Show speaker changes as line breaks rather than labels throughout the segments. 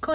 こ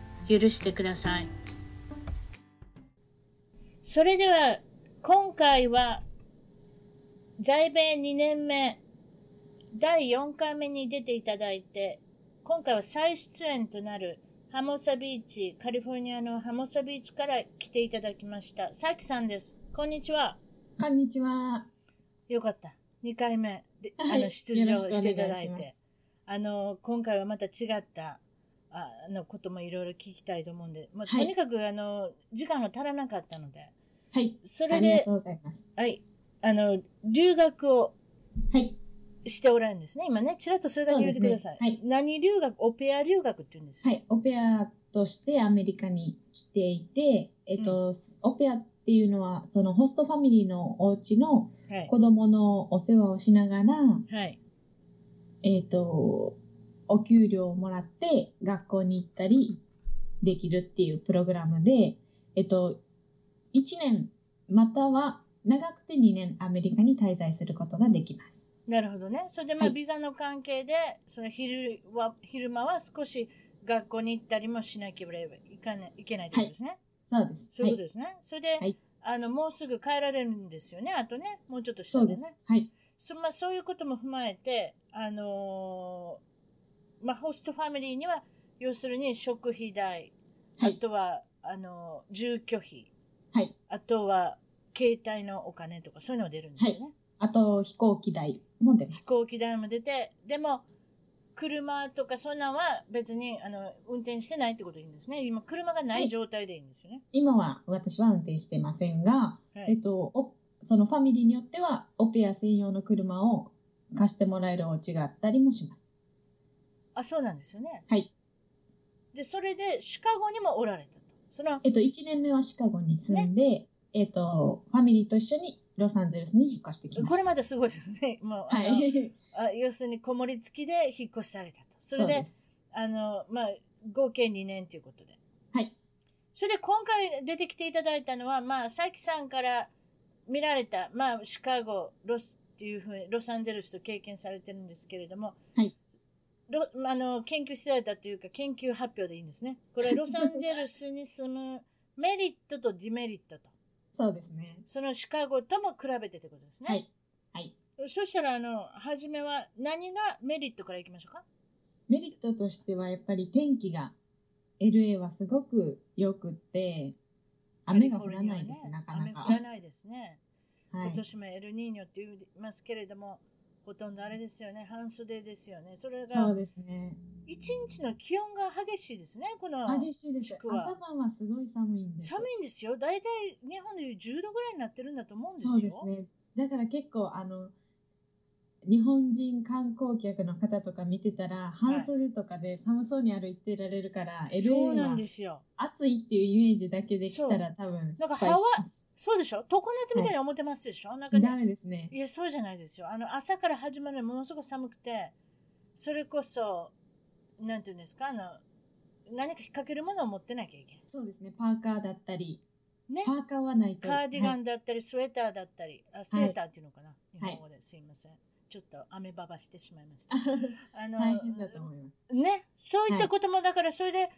許してくださいそれでは今回は在米2年目第4回目に出ていただいて今回は再出演となるハモサビーチカリフォルニアのハモサビーチから来ていただきましたさきさんですこんにちは
こんにちは。
よかった2回目であ
は
の
い
出場
よろしくお願
していた
い
だい
しま
て
す
あの今回はまた違ったああのこともいろいろ聞きたいと思うんで、もうと
はい
にかくあの時間が足らなかったので
はい。
そ
あ
れ
りが
で
とうございます。
はいあの留学を
はい。
しておられるんですね今ねちらっとそれだけ言ってください、
そうですね
何留学オペア留学って言うんですよ、
はい。オペアとしてアメリカに来ていて、えっと、オペアっていうのは、そのホストファミリーのお家の
はい
子供のお世話をしながら、
はい
えっと、お給料をもらって学校に行ったりできるっていうプログラムで、えっと、1年または長くて2年アメリカに滞在することができます。
なるほどね。それでまあ
はい
ビザの関係で、その昼は昼間は少し学校に行ったりもしなければいかないいけないってことですね。
そうです。
そういうこ
は
と
い。
ですね。それで、
はい
あのもうすぐ帰られるんですよね。あとね、もうちょっとした
そ
ら
う
ね。
です。はい。
そまあそういうことも踏まえて、あのーまあホストファミリーには要するに食費代、
は
あ
い。
とはあの住居費、
はい。
あとは携帯のお金とかそういうのが出るんですよね。
あと、飛行機代も出ま
飛
す。
行機代も出て、でも、車とかそんなんは別にあの運転してないってことでいいんですね。今、車がな
はいい
状態でいいんですよね。
今は私は運転してませんが、
は
え
い
っ。と、おそのファミリーによっては、オペア専用の車を貸してもらえるお家があったりもします。
あ、そうなんですよね。
はい。
で、それでシカゴにもおられたと。その、
えっと、1年目はシカゴに住んで、えっと、ファミリーと一緒にロサンゼルスに引っ越してきま
これ
した。
またすごいですね。もう、あ
は
の
い。
あ要するにこもりつきで引っ越しされたと。それ
う
で、
す。
あの、まあ、合計2年ということで。
はい。
それで今回出てきていただいたのは、まあ、さきさんから見られた、まあ、シカゴ、ロスっていうふうに、ロサンゼルスと経験されてるんですけれども、
はい
ロあの研究してられたというか、研究発表でいいんですね。こ れ、ロサンゼルスに住むメリットとデメリットと、
そうですね。
そのシカゴとも比べてってことですね。
はい。はい。
そしたら、あの、初めは何がメリットからいきましょうか
メリットとしてはやっぱり天気が LA はすごく良くって、雨が降らないです、
カリフォルニアはね
なかなか。
雨降らないですね。
は
今
い。
年もエルニーニョって言いますけれども、ほとんどあれですよね、半袖ですよね。それ
そう
が、
ですね。
一日の気温が激しいですね、この。
激しいです。
地区は
朝晩はすごい寒いんです。
寒いんですよ。大体日本でいう10度ぐらいになってるんだと思うんですよ。
そうですね。だから結構あの、日本人観光客の方とか見てたら、半袖とかで寒そうに歩いてられるから、
そう
LA
な
は
んですよ。
暑いっていうイメージだけで来たら多分失敗します。
そうでしょ常夏みたいに思ってますでしょ、なんかね
ダメですね。
いや、そうじゃないですよ。あの、朝から始まるのものすごく寒くて、それこそ、なんていうんですか、あの、何か引っ掛けるものを持ってなきゃいけない。
そうですね。パーカーだったり、
ね。
パーカーはないと。
カーディガ
はい
ンだったり、スウェーターだったり、あセーターっていうのかな、
はい
日本語ですいません。ちょっと雨ばばしてしまいま した。あ
大変だと思
の、
います。
ね、そういったことも、だからそれで、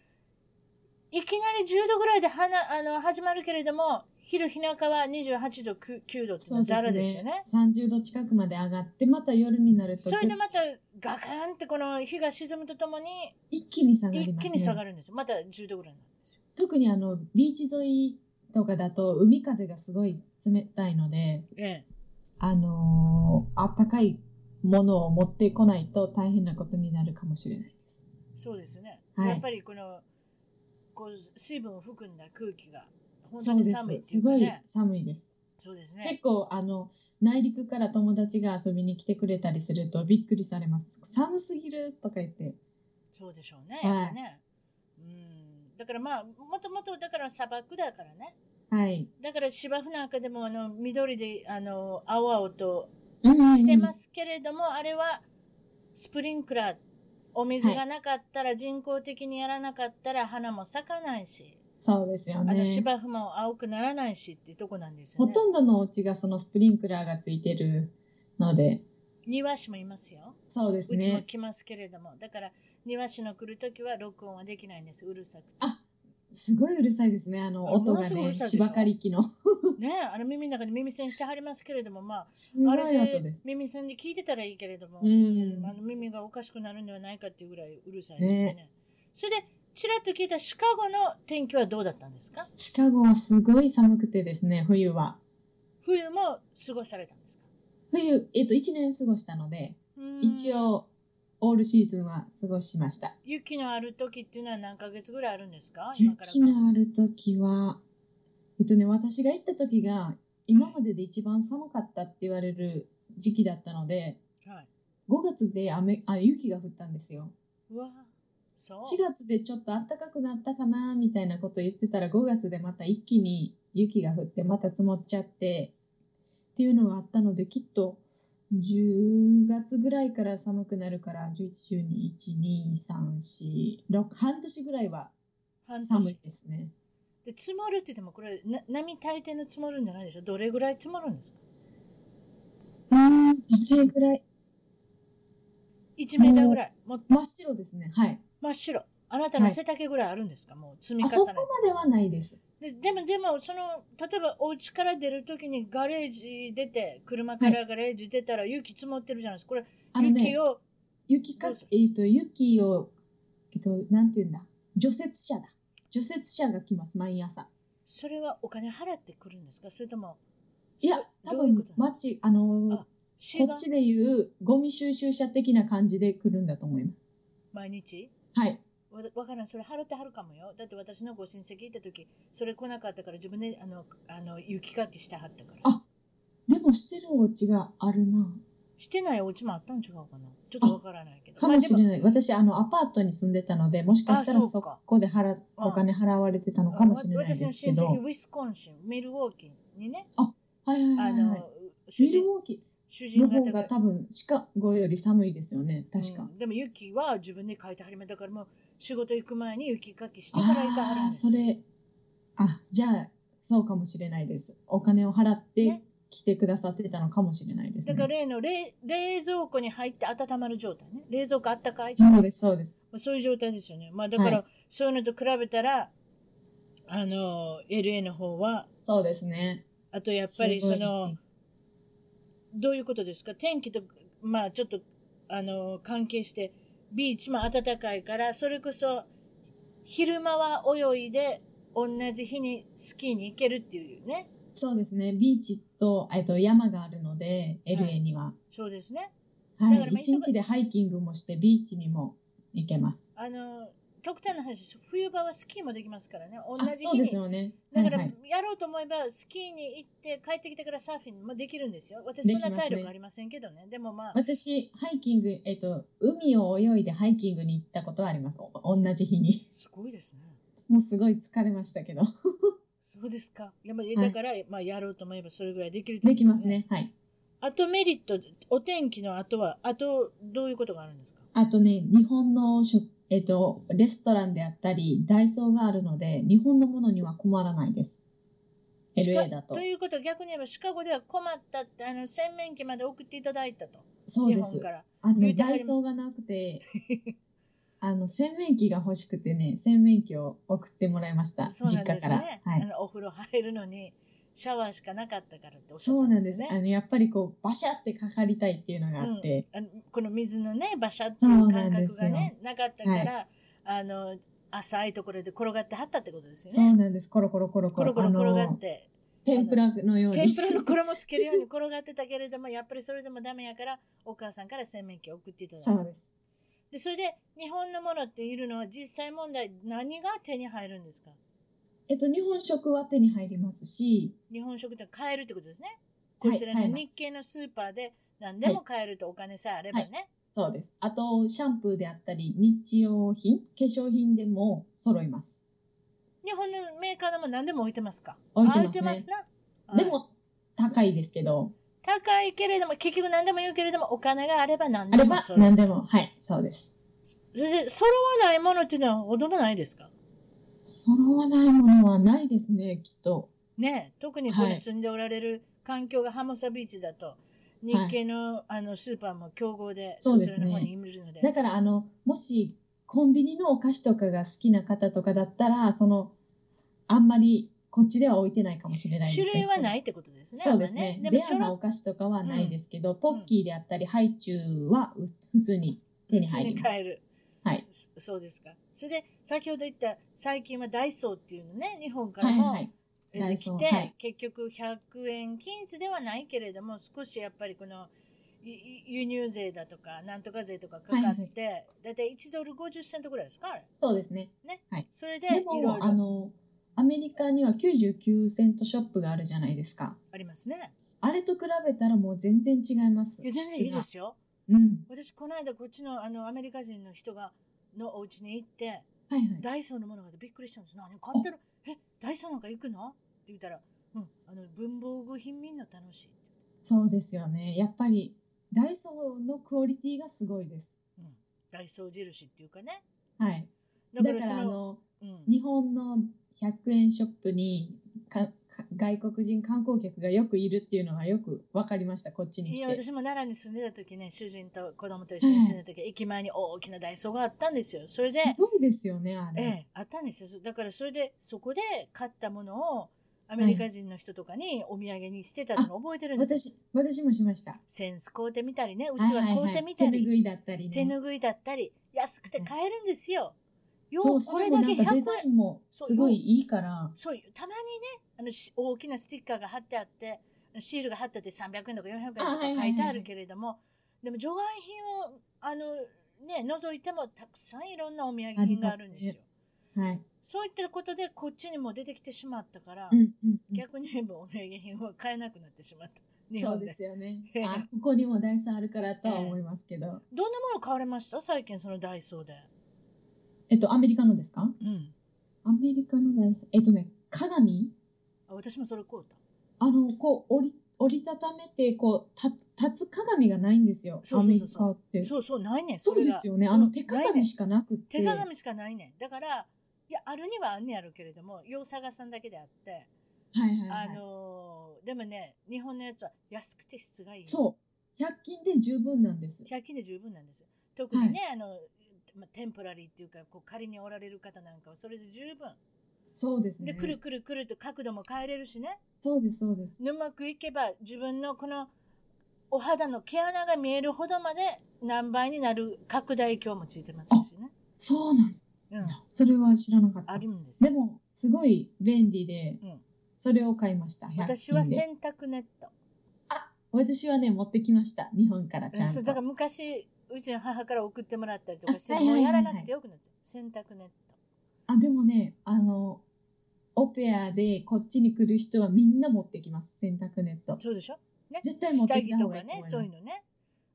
いきなり10度ぐらいではなあの始まるけれども、昼日中は28度、9, 9度っていうのはザラでしたよね。
30度近くまで上がって、また夜になると
それでまたガカンってこの日が沈むとともに、
一気に下がります
一
ね。
気に下がるんですよ。また10度ぐらいになるんですよ。
特にあの、ビーチ沿いとかだと海風がすごい冷たいので、
ええ。
あのーあったかいものを持ってこないと大変なことになるかもしれないです。
そうですね。
はい
やっぱりこの、こう、水分を含んだ空気が、本当
そう
に
で
寒いっ
す。
てい
す
うか
ごい
ね。
寒いです。
そうです
結
ね。
構あの、内陸から友達が遊びに来てくれたりするとびっくりされます。寒すぎるとか言って。
そうでしょうね。
はい
やっぱね。うん。だからまあ、もともとだから砂漠だからね。
はい。
だから芝生なんかでもあの緑であの青々と
し。
してますすけれども、あれはスプリンクラー。お水がなかったら、人工的にやらなかったら花も咲かないし、
そうですよ
あの
ね。
芝生も青くならないしっていうとこなんですよ
ほ
ね。
とんどのお家がそのスプリンクラーがついてるので、
庭師もいますよ。
そうです
うちも
ね。
来ますけれども、だから庭師の来るときは録音はできないんです、うるさくて。
すごいうるさいですね、あの
あ
音
も
が
のすごいう
ね、
るさいでしょ
芝刈り機の。
ねえ、あの耳の中で耳栓してはりますけれども、まあ、
すご
あ
い
れ
音
で
です。
耳栓で聞いてたらいいけれども、
うん
あの耳がおかしくなるんではないかっていうぐらいうるさいですよね。
ね
それで、ちらっと聞いたシカゴの天気はどうだったんですか
シカゴはすごい寒くてですね、冬は。
冬も過ごされたんですか
冬、えっと、1年過ごしたので、
うん
一応、オールシーズンは過ごしました。
雪のある時っていうのは何ヶ月ぐらいあるんですか今から
雪のある時は、えっとね、私が行った時が、今までで一番寒かったって言われる時期だったので、
はい。
5月で雨、あ、雪が降ったんですよ。
うわそう。
4月でちょっと暖かくなったかな、みたいなこと言ってたら、5月でまた一気に雪が降って、また積もっちゃって、っていうのがあったので、きっと、10月ぐらいから寒くなるから、11、12、1、2、3、4、6、半年ぐらいは
半年
寒いですね。
で積もるって言ってもこれな波大抵の積もるんじゃないでしょどれぐらい積もるんですか
うん、それぐらい。
1メーターぐらいもう
真っ白ですね。はい。
真っ白あなたの背丈ぐらいあるんですか、もう積み
あ
重
そこ
ね
まではないです。
ででもでもその例えばお家から出るときにガレージ出て車からガレージ出たら雪積もってるじゃないですかこれ
あのね
雪、を
雪か
どうぞ、
えっ、と、雪を、えっ、と、なんて言うんだ。除雪車だ。除雪車が来ます、毎朝。
それはお金払ってくるんですかそれとも
いや
そ、
多
どういうこ
分
と、なの
町、あの
あ市
ー、こ
が
っちでいう、ゴミ収集車的な感じで来るんだと思いま
毎日
す。はい。
わわからんそれ払ってはるかもよだって私のご親戚行った時それ来なかったから自分であのあの雪かきしてはったから
あでも、してるお家があるな。
してないお家もあったん違うかなちょっとわからないけど。
かもしれ
まあ
ない。私、あの、アパートに住んでたので、もしかしたら
あそう
そ
か
こで払、
うん
お金払われてた
で
の
も
かもしれないですけ
私の親戚、
ど。
ウィスコンシン、ミルウォーキンにね、
はいはい
あ
はいはい。
の、主
ミル
人
ウォーキ
主
ーの
人
方
方
が多分、シカゴより寒いですよね。確か。
うんでも雪は自分で書いてはりめだからもう仕事行く前に雪かきしてからいたはるん
ああー、
です
それ、あ、じゃあ、そうかもしれないです。お金を払って
ね
来てくださってたのかもしれないですね。
だから例の冷冷蔵庫に入って温まる状態ね。冷蔵庫あったかい
そうです、そうです。
そういう状態ですよね。まあだから、
は
そういうのと比べたら、あの、LA の方は、
そうですね。
あとやっぱり
すご
そ
い
の、どういうことですか天気と、まあちょっと、あの、関係して、ビーチも暖かいから、それこそ、昼間は泳いで、同じ日にスキーに行けるっていうね。
そうですね。ビーチと、えっと、山があるので、LA には。
そうですね。
は
だから
い。
まあ
一日でハイキングもして、ビーチにも行けます。
あの、極端な話、冬場はスキーもできますからね。同
あ
じ
そう
日
です
に。
よね。
だから、
はいはい、
やろうと思えば、スキーに行って、帰ってきてからサーフィンもできるんですよ。私、
でき
そん
ます
な
ね
体力ありませんけどね。でもまあ、
私、ハイキング、えっと、海を泳いでハイキングに行ったことはあります。お同じ日に。
すごいですね。
もうすごい疲れましたけど。
そうですか。いやまあ
い
だから、まあ、やろうと思えば、それぐらいできるってこと
できます。ね。はい。
あとメリット、お天気の後は、あとどういうことがあるんですか
あとね、日本の食、えっと、レストランであったり、ダイソーがあるので、日本のものには困らないです。LA だと
と。いうことは逆に言えば、シカゴでは困ったって、あの、洗面器まで送っていただいたと。
そう
日
で
本
す
か。ら。
あ
言
の、
うては
ダ
る
イソーがなくて、あの、洗面器が欲しくてね、洗面器を送ってもらいました。
そうなん
実
です
家から。
ね。
は
あ
い。
のお風呂入るのに、シャワーしかなかったからっておっしゃ
そ
っ
う
た
なんん
で
ですす
ね。。
あの、やっぱりこう、バシャってかかりたいっていうのがあって、
あのこの水のね、バシャっていう感覚
そう
が
なんで
ね、なかったから、あの、浅いところで転がってはったってことですよ
そう
ね。
なんです。コロコロコロコ
コ
ロ。
ロコロ転が
あ
っ
の、
て。
天ぷらのように。
天ぷらの衣つけるように転がってたけれども、やっぱりそれでもダメやから、お母さんから洗面器を送っていただいた。
そうです。
で、それで、日本のものっているのは実際問題、何が手に入るんですか
えっと、日本食は手に入りますし、
日本食って買えるってことですね。
は
こ
い
ちら
買
の
えます
日系のスーパーで何でも買えるとお金さえあればね。
そうです。あと、シャンプーであったり、日用品、化粧品でも揃います。
日本のメーカーでも何でも置いてますか
置いてますね
あな。はい
でも、高いですけど、
高いけれども、結局何でも言うけれども、お金があれば何
あ
で
れ
も
ば
それ
何でも、はい、そうです。
それで、揃わないものっていうのはほとんどないですか
揃わないものはないですね、きっと。
ねえ特にここに住んでおられる環境がハモサビーチだと、日系の,、あのスーパーも競合で、
そうです
ち
ね
らの方にいるので。
だから、あの、もし、コンビニのお菓子とかが好きな方とかだったら、その、あんまり、こっちでは置いてないかもしれないですね。
種類はないってことですね。
そうですね。
まあで
レ
も
ア
そ
な
の
お菓子とかはないですけど、ポッキーであったり、ハイチュウはう普通に手に入ります。
買える。
はい。
そそうですか。それで、先ほど言った、最近はダイソーっていうのね、日本から
はい
も、
はい。
え
ダイ
来
ソー
て、
はい
結局100円均一ではないけれども少しやっぱりこのいい輸入税だとかなんとか税とかかかって、だいたい1ドル50セントぐらいですかあれ
そうですね。
それで
で
いろいろ
も、あの、アメリカには99セントショップがあるじゃないですか。
ありますね
あれと比べたらもう全然違います。
いや全然いいで
質
すよ
が。うん。
私この間こっちのあのアメリカ人の人がのお家に行って
はいはい。
ダイソーのものがびっくりしたんです何買ってるえダイソーなんか行くのって言ったらうんあの文房具品みんな楽しいって、
そうですよね。やっぱり、ダイソーのクオリティがすごいです。
うん、ダイソー印っていうかね
はい。
だ
だ
か
から
そ
ら、あ
の
の、
うん
日本の100円ショップにかか外国人観光客がよくいるっていうのがよく分かりましたこっちに
い
来
や
て
私も奈良に住んでた時ね主人と子供と一緒に住んでた時、駅前に大きなダイソーがあったんですよそれ
す
で、
ごいですよねあ
え
れ、
え、あったんですよだからそれでそこで買ったものをアメリカ人の人とかにお土産にしてたのを覚えてるんですよ
私私もしました
センス買うてみたりねうちは買うてみた
手
り、
拭いだったり
手
ね
ぬぐいだったり安くて買えるんですよ、
そ
よ
う
う
そ
こ
れ
れ
も
だ
な
け
ん
100
かデ
円
ザインもすごいいいから
そういうたまにねあのし大きなステッカーが貼ってあってシールが貼ってあって300円とか400円とか
あはいはい
書
はい
いてあるけれども、でも除外品をあのね除いてもたくさんいろんなお土産品があるんですよ
ありはい、
そういったことでこっちにも出てきてしまったから、
うんうんうん、
逆に言えばお土産品は買えなくなってしまった日
そう
本で
です よね
ええ
あここにもダイソーあるからとは思いますけど、
どんなもの買われました最近そのダイソーで、
えっとアメリカのですか
うん、
アメリカのダイソーえっとね鏡
あ私もそれ買うた
あの、こう、折り、折りたためて、こう、た、立つ鏡がないんですよ。
そうそうそうそう
アメリカって。
そうそうないねん
そう
れ
で
が
すよね。あの、
うん
手
ないねん
鏡しかなくて。
手鏡しかないねんだからいやあるにはあんねやろうけれどもよう探さんだけであって、
はいはい、
あ
はい。
のーでもね日本のやつは安くて質がいい
そう。100均で十分なんです。
100均で十分なんですよ特にね、あのまテンポラリーっていうかこう仮におられる方なんかはそれで十分
そうです
で、
ね。
くるくるくると角度も変えれるしね
そうです、そうです。
うまくいけば自分のこのお肌の毛穴が見えるほどまで何倍になる拡大鏡もついてますしね、
そうなん
うん、
だ。それは知らなかっ
あ
た。
るんです
で
よ
も、すごい便利で、
うん
それを買いました。100均で
私は洗濯ネット
私はね、持ってきました。日本からちゃん
そ
と。
うだから昔うちの母から送ってもらったりとかして
あはい
も
は
う
いは
や
い
らなくてよくなって洗濯ネット
あ、でもね、あの、オペアでこっちに来る人はみんな持ってきます。洗濯ネット。
そうでしょね
絶対持ってき
下
た
着
方
と
がい
か
いと思い
ね
ます
そういうのね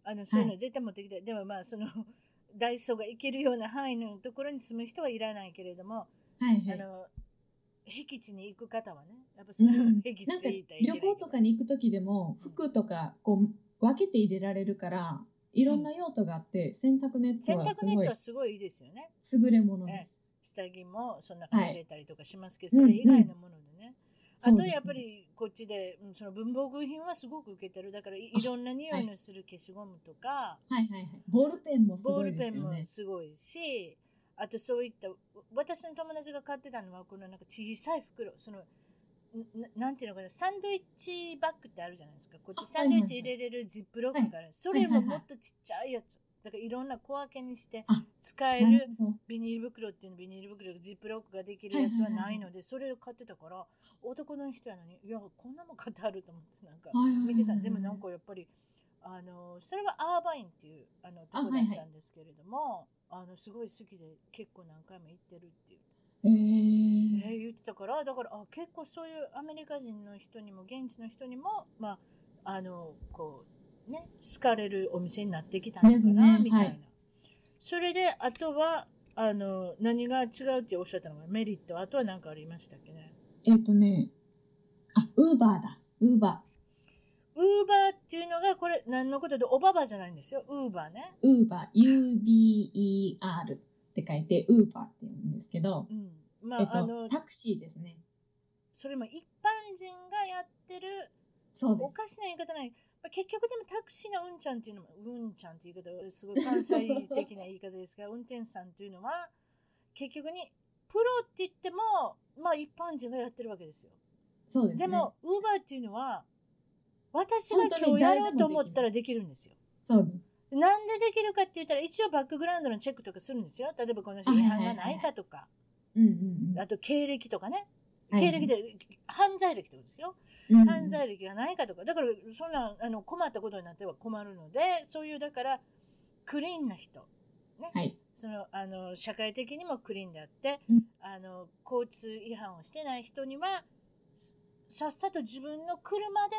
あのそういうの絶対持ってきて、でもまあその ダイソーが行けるような範囲のところに住む人はいらないけれども、
はいは
あ
い。
の僻地に行く方はねやっぱ
う
その
ん、
僻
な
地
んか
でいたらいけ
旅
ない
行とかに行く時でも服とかこう分けて入れられるからいろんな用途があって洗濯ネッ
洗
トは
濯
す
ネッ
ご
ト
い
はすごいいいですよね
優れものです。
下着もそんな感じで入れたりとかしますけど、
はい
それ以外のものでね、あ
そう
と
ですね
やっぱりこっちでうんその文房具品はすごく受けてるだからいいろんな匂いのする消しゴムとか、
はいはいはい。ボールペンもす
ボー
ご
ル
いで
ペ
す
ン
よ
も
ね。
すごいしあとそういった私の友達が買ってたのはこのなんか小さい袋そのんななんていうのかなサンドイッチバッグってあるじゃないですかこっち
あ
サ
はい
ン
は
ドイッ
いはい
チ入れれるジップロックからそれよりももっとちっちゃいやつだからいろんな小分けにして
あ
使え
な
る
るほど。
ビニール袋っていうのビニール袋ジップロックができるやつはないのでそれを買ってたから男の人やのにいやこんなもん買ってあると思ってなんか
はいはいはいはい
見てたでもなんかやっぱりあのそれはアーバインっていうあのとこだったんですけれどもあ、のすごい好きで結構何回も行ってるっていう、
え
え
ー、
ー言ってたからだからあ結構そういうアメリカ人の人にも現地の人にもまああのこうね好かれるお店になってきたのか
です
な、
ね
みたいな、
はい
それであとはあの何が違うっておっしゃったのがメリットあとは何かありましたっけね
えっ、とね、あ、ウーバーだ。ウーバ
ウーバーっていうのがこれ何のことでおばばじゃないんですよウーバーね
ー。ウーバー。U-B-E-R って書いて、ウーバーって言うんですけど
う、んまあ、
えっ、
あ
と、
の
タクシーですね。
それも一般人がやってる
そうで
お
す。
かしな言い方ない。まあ、結局でもタクシーのうんちゃんっていうのも、うんちゃんっていう言い方、すごい関西的な言い方です が、運転手さんっていうのは、結局に、プロって言っても、まあ一般人がやってるわけですよ。
そうですね。
でも、ウーバーっていうのは、私が
本当
今
に
日や
誰でも
ろうと思ったらできるんですよ。
そうです。
なんでできるかって言ったら、一応バックグラウンドのチェックとかするんですよ。例えばこの人
はい
違
はいはい
反がないかとか、
うんうん
あと経歴とかね。
はい
経歴で、犯罪歴ってことですよ。
うん。
犯罪歴がないかとか、だからそんなあの困ったことになっては困るので、そういうだからクリーンな人、
はい。
そのあの社会的にもクリーンであって、
うん
あの交通違反をしてない人には、さっさと自分の車で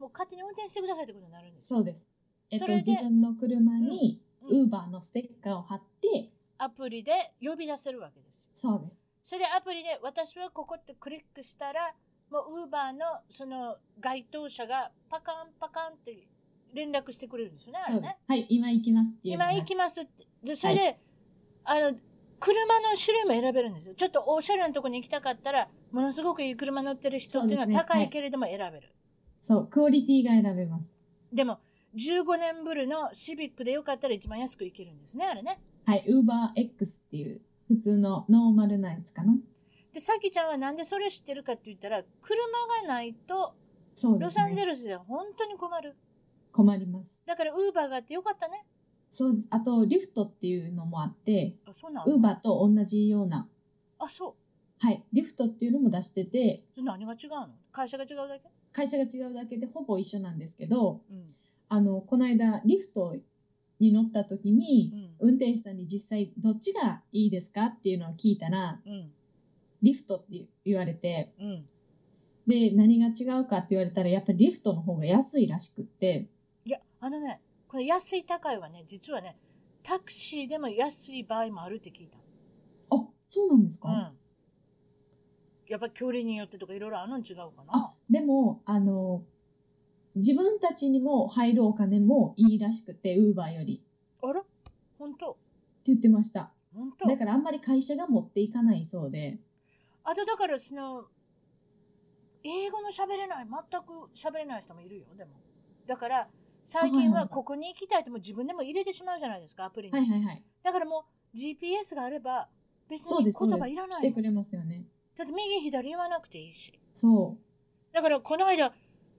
もう勝手に運転してくださいってことになるんですよ。
そうです。えっ
そ
と、
れで
自分の車に、
うん
ウーバーのステッカーを貼って、
アプリで呼び出せるわけですよ。
そうです。
それでアプリで私はここってクリックしたら、もうウーバーのその該当者がパカンパカンって連絡してくれるんですよね。あれ
そう
ね
です。はい、今行きますっていうのが。
今行きますって。で、それで、あの、車の種類も選べるんですよ。ちょっとおしゃれなとこに行きたかったら、ものすごくいい車乗ってる人っていう
そ
の
うですね
は高
はい
いけれども選べる。
そう、クオリティが選べます。
でも、15年ぶりのシビックでよかったら一番安く行けるんですね、あれね。
はい、ウーバー X っていう、普通のノーマルなやつかな。
で、さきちゃんはなんでそれを知ってるかって言ったら、車がないと、
そうで
ロ
すね。
サンゼルスでは本当に困る。
困ります。
だから、ウーバーがあってよかったね。
そうです。あと、リフトっていうのもあって、
あ、そうな
ウー
の
バーと同じような、
あ、そう。
はい、リフトっていうのも出してて、
それ何が違うの会社が違うだけ
会社が違うだけでほぼ一緒なんですけど、
うん。
あの、この間、リフトに乗った時に、
う
運転手さんに実際どっちがいいですかっていうのを聞いたら、
うん。
リフトって言われて、
うん。
で、何が違うかって言われたら、やっぱりリフトの方が安いらしくって、
いや、あのね、これ安い高いはね、実はね、タクシーでも安い場合もあるって聞いた。
あ、そうなんですか、
うん。やっぱ距離によってとかいろいろあるの違うか
あ
な。、
でも、あの、自分たちにも入るお金もいいらしくて、ウーバーより。
あら本当
って言ってました。
本当
だからあんまり会社が持っていかないそうで。
あとだからその、英語の喋れない、全く喋れない人もいるよ、でも。だから、最近
はいはいは
はいここに行きたいってもう自分でも入れてしまうじゃないですか、アプリに。
はいはいはい。
だからもう GPS があれば、別
そう
に
です、そうで
言葉
す
いら。な
来
い
て
もん。
くれますよね。
だって右左言わなくていいし。
そ
だから、この間、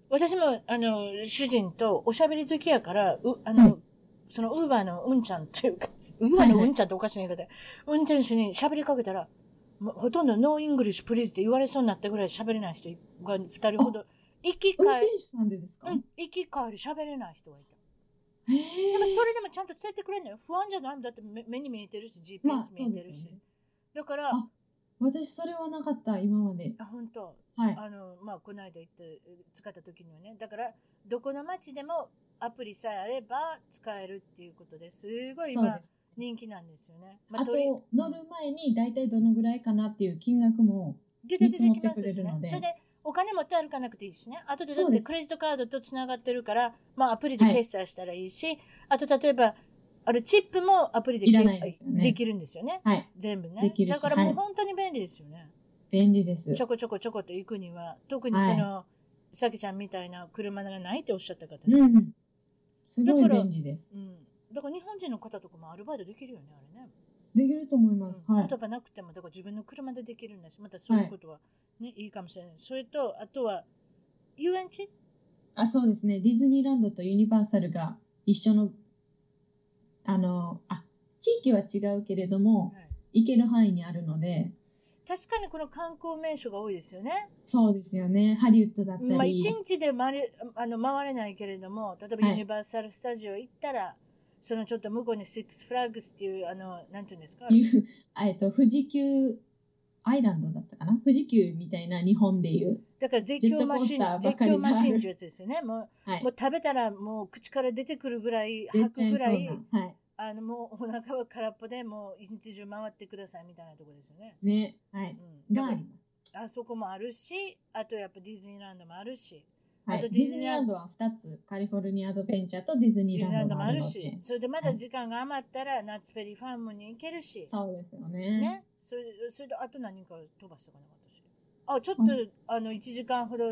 私も、あの、主人とおしゃべり好きやから、う、あの、
う
その、ウーバーのうんちゃんっていうか、ウーバーのうんちゃんっておかしな言い方や運転手に喋りかけたら、もうほとんどノーイングリッシュプリーズって言われそうになったぐらい喋れない人が二人ほど、行き帰
う。運転手さんでですか、
り、うん、行き帰り喋れない人がいた。
へえ
でも、それでもちゃんと伝えてくれるのよ。不安じゃないもんだって目目に見えてるし、
まあ
GPS
そ
見
う
えて
です
るし。
よね。
だから、
あ私それはなかった今まで。
あ、本当
はい。
あのまあこの間言って使った時にはねだからどこの町でもアプリさえあれば使えるっていうことですごい
そう
今
です。
人気なんですよね。ま
あと
り
乗る前に大体どのぐらいかなっていう金額も
出て出てきま
見積もってく
す
れ
し
る
ね
の。で
それでお金持って歩かなくていいしね。あとでだ
そ
っ
う
て
です
クレジットカードとつながってるから、まあアプリで決済したらいいし、あと例えば、あれチップもアプリで
い
決
ら
済
ないですよね
できるんですよね。
はい
全部ね。
できる
だ
し
からも
は
う
い
本当に便利ですよね。
便利です
ち。ょこちょこちょこと行くには、特にその、さきちゃんみたいな車がないっておっしゃった方ね、
うん。すごい
だから
便利です。
うん。だから日本人の方とかもアルバイトできるよね、あれね。
できると思い
うん
ます。はい。
言葉なくても、だから自分の車でできるんだし、またそういうことはね、い、いかもしれない。それと、あとは、遊園地
あ、そうですね。ディズニーランドとユニバーサルが一緒の、あの、あ、地域は違うけれども、
はい
行ける範囲にあるので、
確かにこの観光名所が多いですよね。
そうですよね。ハリウッドだったり。
まあ、一日で回れあの回れないけれども、例えば
は
ユ
い
ニバーサル・スタジオ行ったら、そのちょっと向こうにシックス・フラッグスっていう、あの、なんていうんですか、
いう、えっと、富士急アイランドだったかな富士急みたいな日本でいう。
だから絶叫マシン
ジェットコースターばかり
絶
があ
叫マ
る
シンっていうやつですよね。もう
はい
も。う食べたらもう口から出てくるぐらい
出
吐
ちゃ
く
い
ぐ
そうな。
ら
はいい。
あのもうお腹は空っぽでもう一日中回ってくださいみたいなとこですよね。
ね。は
うん、
い。があります。
あそこもあるしあとやっぱディズニーランドもあるし
は
あと
い、
デ
デ
ィ
ィ
ズ
ズ
ニー
ニー
ラ
ラ
ン
ンドは2つ、カリフォルニアアドベンチャーとディズニ
ディ
ー
ズニーラ
ラ
ンド
ンド
も
も
あ
あ
る
る
し
し。
それでまだ時間が余ったらナッツペリーファームに行けるし
そうですよね。
ねそれそれであと何か飛ばしたかな私あちょっと、
う
あの1時間ほど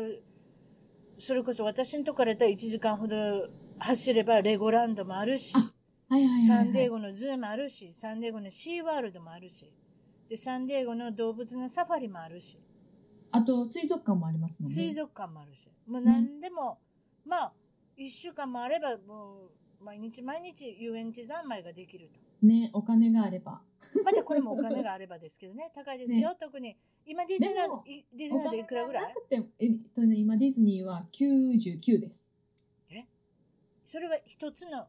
それこそ私のとこからだったら1時間ほど走ればレゴランドもあるし
あはいはいはい、はい。
サンデーゴのズーもあるしサンデーゴのシーワールドもあるしでサンデーゴの動物のサファリもあるし
あと、水族館もありますもんね。
水族館もあるし、もう何でも、まあ、一週間もあれば、もう、毎日毎日遊園地三昧ができると。
ね、お金があれば。
またこれもお金があればですけどね、 高いですよ、特に。今ディズニーラン
で
ド
も、
いディズ
お
ニーランド
金
いくらぐ
が
ら
ないくても、えっとね、今ディズニーは99です。
それは一つの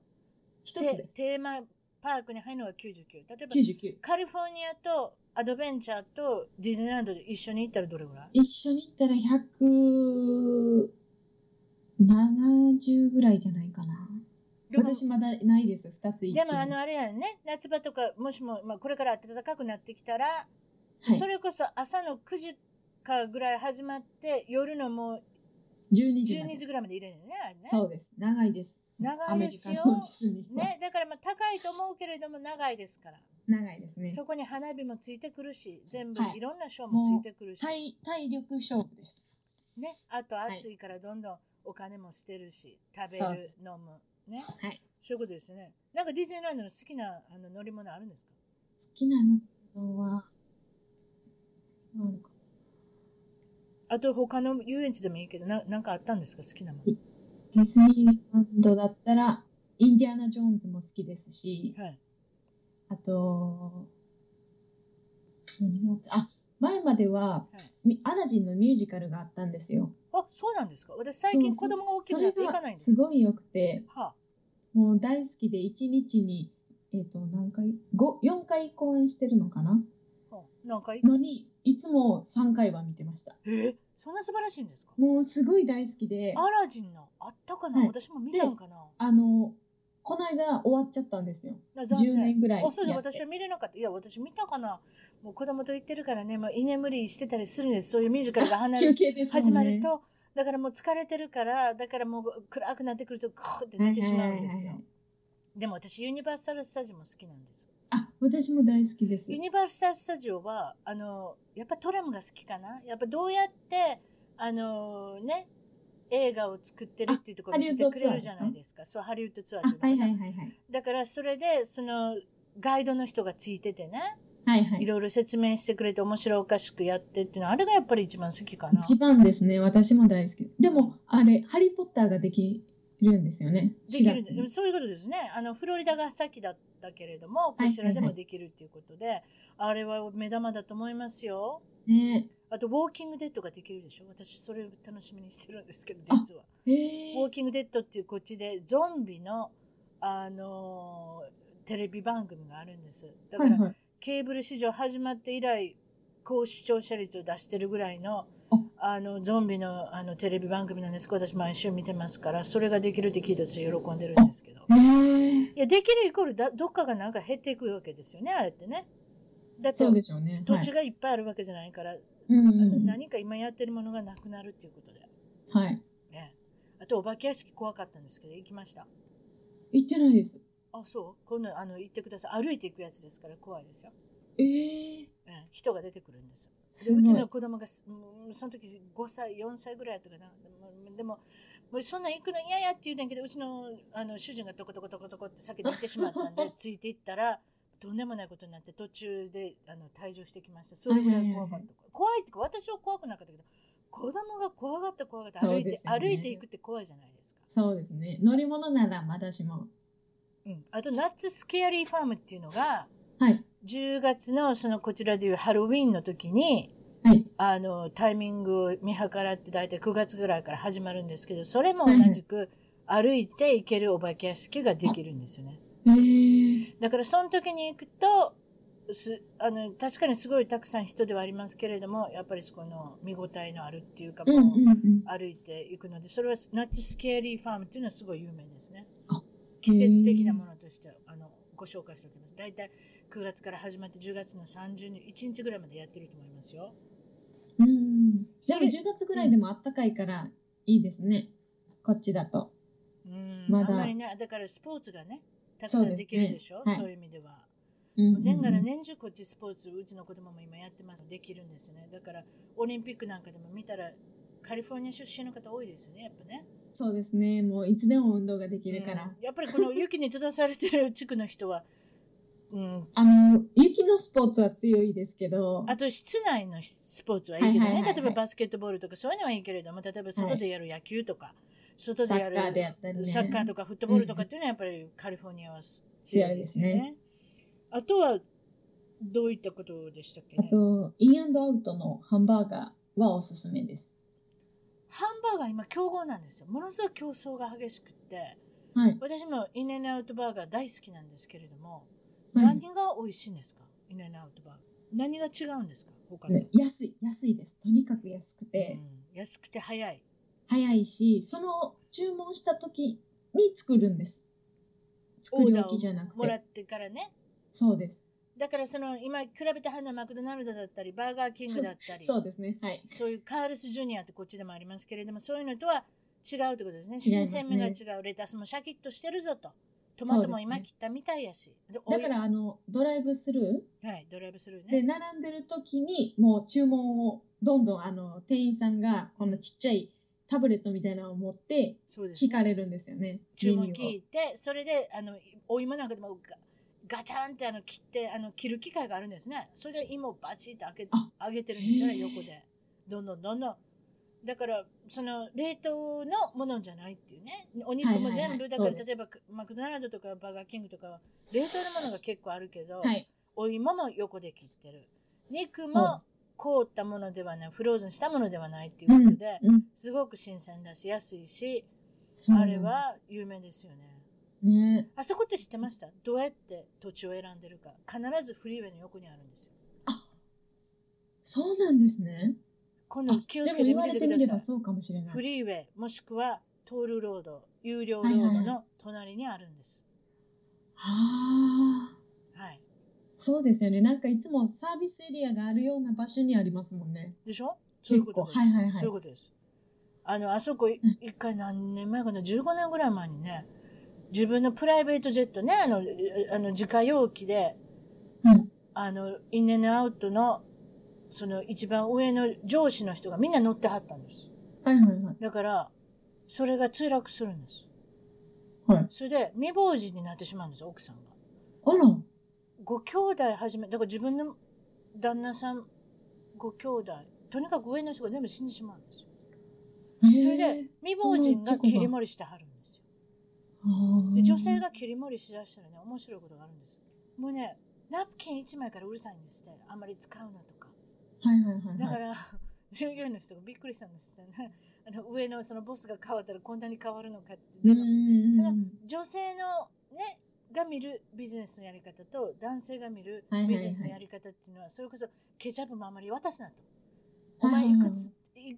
一つ
テ
です。
テーマパークに入るのは99。例えば、
99。
カリフォルニアとアドベンチャーとディズニーランドで一緒に行ったらどれぐらい
一緒に行ったら170ぐらいじゃないかな。
でも
私まだないです、二つ行って
で
る。
もあのあれやね、夏場とか、もしも、まあ、これから暖かくなってきたら、
はい
それこそ朝の9時かぐらい始まって、夜のもう
12時まで
12時ぐらいまで入れるのね、あれね。
そうです。長いです。
長
ア
い
メ
で
リ
す
カ
よ。
のディズニーは。
ね、だからまあ高いと思うけれども長いですから、
長いですね。
そこに花火もついてくるし、全部
はい
いろんなショーもついてくるし、
体、体力勝負です。
ね、あと
はい
暑いからどんどんお金も捨てるし、食べ
そう
る
です、
飲む、ね、
はい。
そういうことですね。なんかディズニーランドの好きなあの乗り物あるんですか
好きなのは、なんか、
あと他の遊園地でもいいけど、ななんかあったんですか好きなもの。
ディズニーランドだったら、インディアナ・ジョーンズも好きですし、
はい。
あと、何があったあ、前までは、
はい。
みアラジンのミュージカルがあったんですよ。
あ、そうなんですか私最近
そ
子
うそう
供が大き
そ
くな
れ
っていかないん
が
です
す
よ。
ごい良くて、
は
もう大好きで1日に、えっ、と、何回、5、4回公演してるのかな
あ、はあ、なんかい
のに、いつも3回は見てました。
えそんな素晴らしいんですか
もうすごい大好きで、
アラジンのあったかな、
はい
私も見たんかな
あの、この間終わっちゃったんですよ。
あ残
10
念
年ぐらいや
あ、
って。
そうです。私は見れなかった。いや、私見たかなもう子供と行ってるからね、もう居眠りしてたりするんです。そういうミュージカルが 離
休
れ
憩ですもんね。
始まると、だからもう疲れてるから、だからもう暗くなってくると、クーって寝てしまうんです
はいはいはいは
よ
い。
でも私、ユニバーサル・スタジオも好きなんです。
あ、私も大好きです
ユ。ニバーサル・スタジオは、あの、やっぱトラムが好きかなやっぱどうやって、あのね、映画を作ってるっていうところを見せてくれるじゃないですか。そう、ハリウッドツアー
あ
っていう、の
はいはいはいはい。
だからそれで、その、ガイドの人がついててね、
はいはいい。
ろいろ説明してくれて面白おかしくやってっていうのは、あれがやっぱり一番好きかな。
一番ですね。私も大好き。でも、あれ、ハリーポッターができるんですよね。
でき
4
る
月に。
そういうことですね。あの、フロリダが先だったけれども、こちらでもできるっていうことで、あれは目玉だと思いますよ。
ね
あと、ウォーキングデッドができるでしょ私、それを楽しみにしてるんですけど、実は。
え
ウ
ー
ォーキングデッドっていうこっちで、ゾンビの、あのーテレビ番組があるんです。だか
はい
ら、
はい。
ケーブル市場始まって以来、高視聴者率を出してるぐらいの、あの、ゾンビの、あの、テレビ番組なんですけど私毎週見てますから、それができるって聞いた私喜んでるんですけど。
えー
いや、できるイコールだ、どっかがなんか減っていくわけですよね、あれってね。だって
そ、うでしょうね。
土
はい
地がいっぱいあるわけじゃないから、
うん
あ
う
の
んうん
何か今やってるものがなくなるっていうことで。
はい。
ね。あと、お化け屋敷怖かったんですけど、行きました。
行ってないです。
あ、そう今度、あの、行ってください。歩いていくやつですから怖いですよ。
えー
うん、人が出てくるんです。です
ご
うち
い
の。子供がすもうその時5歳4歳ぐらいだったかなでもでももうそんなん行くの嫌やって言うねんけどうちのあの主人がトコトコトコトコって先に行ってしまったんで ついていったらとんでもないことになって途中であの退場してきましたそれぐらい怖か
はいはいは
っ
い
た怖いってか私は怖くなかったけど子供が怖がった怖がった歩い
そう
て、
ですよね
歩いていくって怖いじゃないですか、
そうですね。乗り物ならまだしも。
うん、あとナッツスケアリーファームっていうのが
はい。
10月のそのこちらでいうハロウィンの時に
はい。
あの、タイミングを見計らって大体9月ぐらいから始まるんですけど、それも
はいはい
同じく歩いて行けるお化け屋敷ができるんですよね。
えー
だからその時に行くと、す、あの、確かにすごいたくさん人ではありますけれども、やっぱりそこの見応えのあるっていうか、
うんう
もうん
うん。
歩いていくので、それはナッツスケアリーファームっていうのはすごい有名ですね
あ。
季節的なものとして、あの、ご紹介しておきます。だいたい9月から始まって10月の30日、1日ぐらいまでやってると思いますよ。
うん。で
そ
も
れ
10月ぐらいでもあったかいからいいですね。こっちだと。
うん、
まだ
あんまりね、だからスポーツがね、たくさ
そうです
ん
ね
できるでしょ、そう,、
は
い、
い
う意味では。
うん
年がら。年中こっちスポーツ、うちの子供も今やってます、できるんですよね。だから、オリンピックなんかでも見たら、カリフォルニア出身の方多いですよね、やっぱね。
そうですね。もういつでも運動ができるから。
うんやっぱりこの雪に閉ざされてる地区の人は、うん、
あの、雪のスポーツは強いですけど、
あと室内のスポーツはいいけど
はいはい
ね
はいはい
例えばバスケットボールとかそういうのはいいけれども例えば外でやる野球とか、外でやる
サッカーであったりね
サッカーとかフットボールとかっていうのはやっぱりカリフォルニアは強いですよ
強いです
ね。あとはどういったことでしたっけ
あ
ね
と、インアンドアウトのハンバーガーはおすすめです。
ハンバーガー今競合なんですよ。ものすごく競争が激しくって
はい。
私もインエンアウトバーガー大好きなんですけれども、
はい
何が美味しいんですかインエンアウトバーガー。何が違うんですか他の、
ね安い、安いです。とにかく安く
う
て、
ん安くて早い。
早いし、その注文した時に作るんです。作り置きじゃなく
もら
て。
ってからね。
そうです。
だからその今比べてはるのはマクドナルドだったりバーガーキングだったり
そうですね。はい。
そういうカールスジュニアってこっちでもありますけれどもそういうのとは違うってことですね
違い
新
ますね
鮮味が違うレタスもシャキッとしてるぞとトマトも
そうです
今
ね
切ったみたいやしでお
だ
い
から、あの、ドライブスルー
はい、ドライブスルーね
で、並んでる時に、もう注文を、どんどん、あの、店員さんが、このちっちゃいタブレットみたいなのを持って、
そうです
聞
ね
かれるんですよね。
注文
メニューを
聞いてそれであのお芋なんかでもガガチャンってあの切ってあの切る機械があるんですねそれで芋をバチッと開け
あ
上げてるんですよね
へー
横でどんどんどんどんだからその冷凍のものじゃないっていうねお肉も
はいはいは
全
い
部だから
そうです
例えばマクドナルドとかバーガーキングとかは冷凍のものが結構あるけど、
はい。
お芋も横で切ってる肉
そう
も凍ったものではないフローズンしたものではないっていうことで、
うん。
すごく新鮮だし安いし
そうな
あ
んで
れ
す
は有名ですよね
ね。
あそこって知ってましたどうやって土地を選んでるか必ずフリーウェイの横にあるんですよ
そうなんですね。
今
あ
度気をつ
でも
けて
言
み
われ
て
て
くだ
みれ
さ
ば
い
そうかもしれな
フ
い。
リーウェイもしくはトールロード有料ロ
はいはい
ー
は
ド
い
の隣にあるんです
はあ。
はい
そうですよね。なんかいつもサービスエリアがあるような場所にありますもんね。
でしょそういうことです、
結構はいはいはい
そういうことですあのあそこい一回何年前かな15年ぐらい前にね自分のプライベートジェットねあのえあの自家用機で
うん。
あのインエンアウトのその一番上の上司の人がみんな乗ってはったんです
はいはいはい。
だから、それが墜落するんです。
はい。
それで、未亡人になってしまうんですよ、奥さんが。
あら。
ご兄弟はじめ、だから自分の旦那さん、ご兄弟、とにかく上の人が全部死んでしまうんですよ。
え
それで、未亡人が切り
り。
盛りしてはるんですよ。
あー
で、女性。が切り盛りしだしたらね、面白いことがあるんです。もうね、ナプキン1枚からうるさいんですって、あんまり使うなとか。
はいはいはいはい。
だから、従業員の人がびっくりしたんですって ね。あの上のそのボスが変わったらこんなに変わるのかって。
う
で
ん
も
うんうん。
その女性のねが見るビジネスのやり方と男性が見る
はいはいはい
ビジネスのやり方っていうのはそれこそケチャップもあまり渡すなと。お
は
前
いは
い
い
くつ、い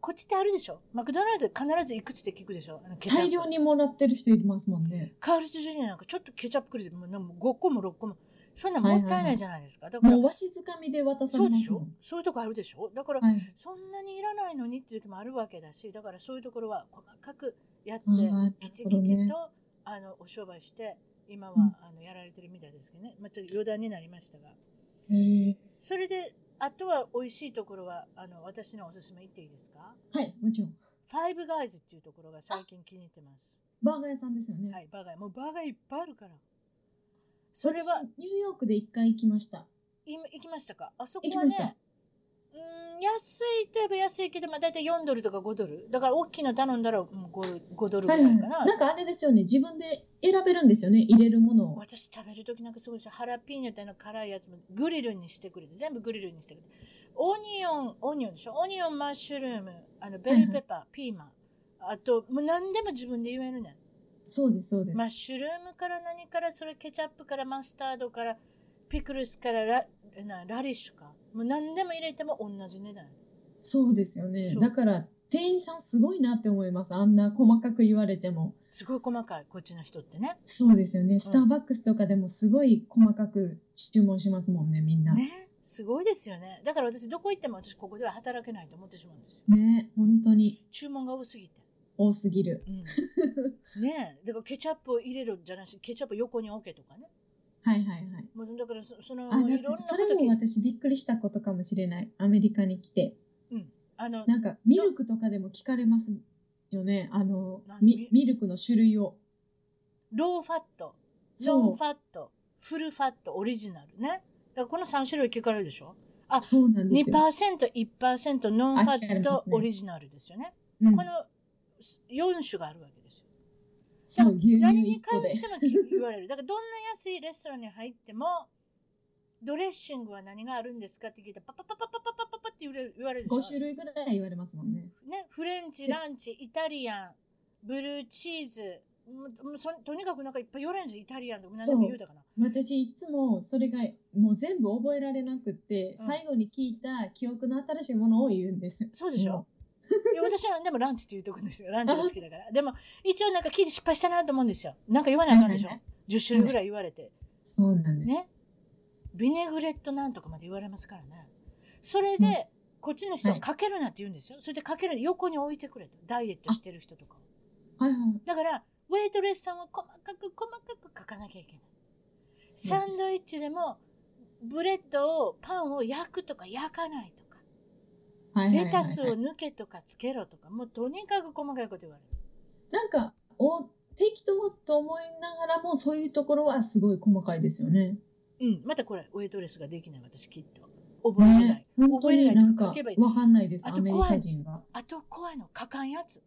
こっちってあるでしょマクドナルド必ずいくつって聞くでしょあのケチャップ
大量にもらってる人いますもんね。
カールスジュニアなんかちょっとケチャップくれてもうなんか5個も6個もそんなんもったいないじゃないですか。だから
もうわしづかみで渡さ
そ
れ
う
ま
ですし
も
ょ
ん。
そういうとこあるでしょだから
はい。
そんなにいらないのにっていう時もあるわけだしだからそういうところは細かくやって
あーなるほどね
きちきちとあのお商売して今は
うん
あのやられてるみたいですけどね、まあ、ちょっと余談になりましたが
へえ。
それであとは美味しいところはあの私のおすすめ言っていいですか
はい、もちろん。
ファイブガイズっていうところが最近気に入ってます
バーガー屋さんですよね。
はいバーガーもうバーガーいっぱいあるからそ
そ
れ
れ
は
はニューヨークで一回行きました。
今行きましたかあそこ
行き
は
ました
ね。うん安いといえば安いけど、まあ、大体4ドルとか5ドルだから大きいの頼んだらもう 5, 5ドルぐ
は
ら
いはいい。
かな、
なんかあれですよね。自分で選べるんですよね。入れるものを。
私食べる時なんかすごいですハラピーニョってあの辛いやつもグリルにしてくれて全部グリルにしてくれてオニオンオニオンでしょオニオンマッシュルームあのベルペッパー、ピーマンあともう何でも自分で言えるね
そうです、そうです。
マッシュルームから何からそれケチャップからマスタードからピクルスからラなラディッシュかもう何でも入れても同じ値段
そうですよね
そ。う
だから、店員さんすごいなって思います。あんな細かく言われても。
すごい細かいこっちの人ってね
そうですよね。スターバックスとかでもすごい細かく注文しますもんね、みんな。ね
ねすごいですよねだから私どこ行っても私ここでは働けないと思ってしまうんですよ
本当に
注文が多すぎて、
多すぎる。
うん、 ねえだからケチャップを入れるじゃなしケチャップ横に置けとかね
はいはいはい。
もうだからそその
あ、だ
いろんな
って
こ
それ
と
も
聞い
私びっくりしたことかもしれない。アメリカに来て。
あの
なんか、ミルクとかでも聞かれますよね。あの、
何
ミミルクの種類を。
ローファットノン
そ
ファットフルファットオリジナルねだからこの3種類聞かれるでしょあ
う。そうなんですよ。
2% 1%ノンファ
あ聞かれ
ッ
ま
ト
すね
オリジナルですよね
うん
この4種があるわけですよ
そう、牛乳
何に
一個
関
で
し。ても聞言われる。だからどんな安いレストランに入っても、ドレッシングは何があるんですかって聞いたら、パパパパパパパパパって言われる言われるで
5
しょ
種類ぐらい言われますもんね。
ね、フレンチ、ランチ、イタリアン、ブルーチーズ、もうそとにかくなんかいっぱい言われるんですよ。イタリアンとか何でも言うだから。
私いつもそれがもう全部覚えられなくって、
うん
最後に聞いた記憶の新しいものを言うんです。
そうでしょ
も
いや私はでもランチっていうとこ ですよ。ランチが好きだから。でも一応なんか聞いて失敗したなと思うんですよ。なんか言わないかん でしょ
はい
?10 種類ぐらい言われて。
そうなんです。
ね。ビネグレットなんとかまで言われますからね。それ
そ
で、こっちの人は
はい
かけるなって言うんですよ。それでかける横に置いてくれと。ダイエットしてる人とかを。
はいはい。
だから、ウェイトレスさんは細かく細かく書かなきゃいけない。サンドイッチでも、ブレッドを、パンを焼くとか焼かないとか、
はいはいはいはい
レタスを抜けとかつけろとか、もうとにかく細かいこと言われる。
なんか、お、適当と思いながらも、そういうところはすごい細かいですよね。
うん、またこれ、ウェイトレスができない、私きっと。覚えれない。
本当
覚えれ
に
な
ないん
とか書
か
けばいい、
わかんないです、
あ
ア
と
メリ
怖い
カ人が。
あと怖いの書かんやつ。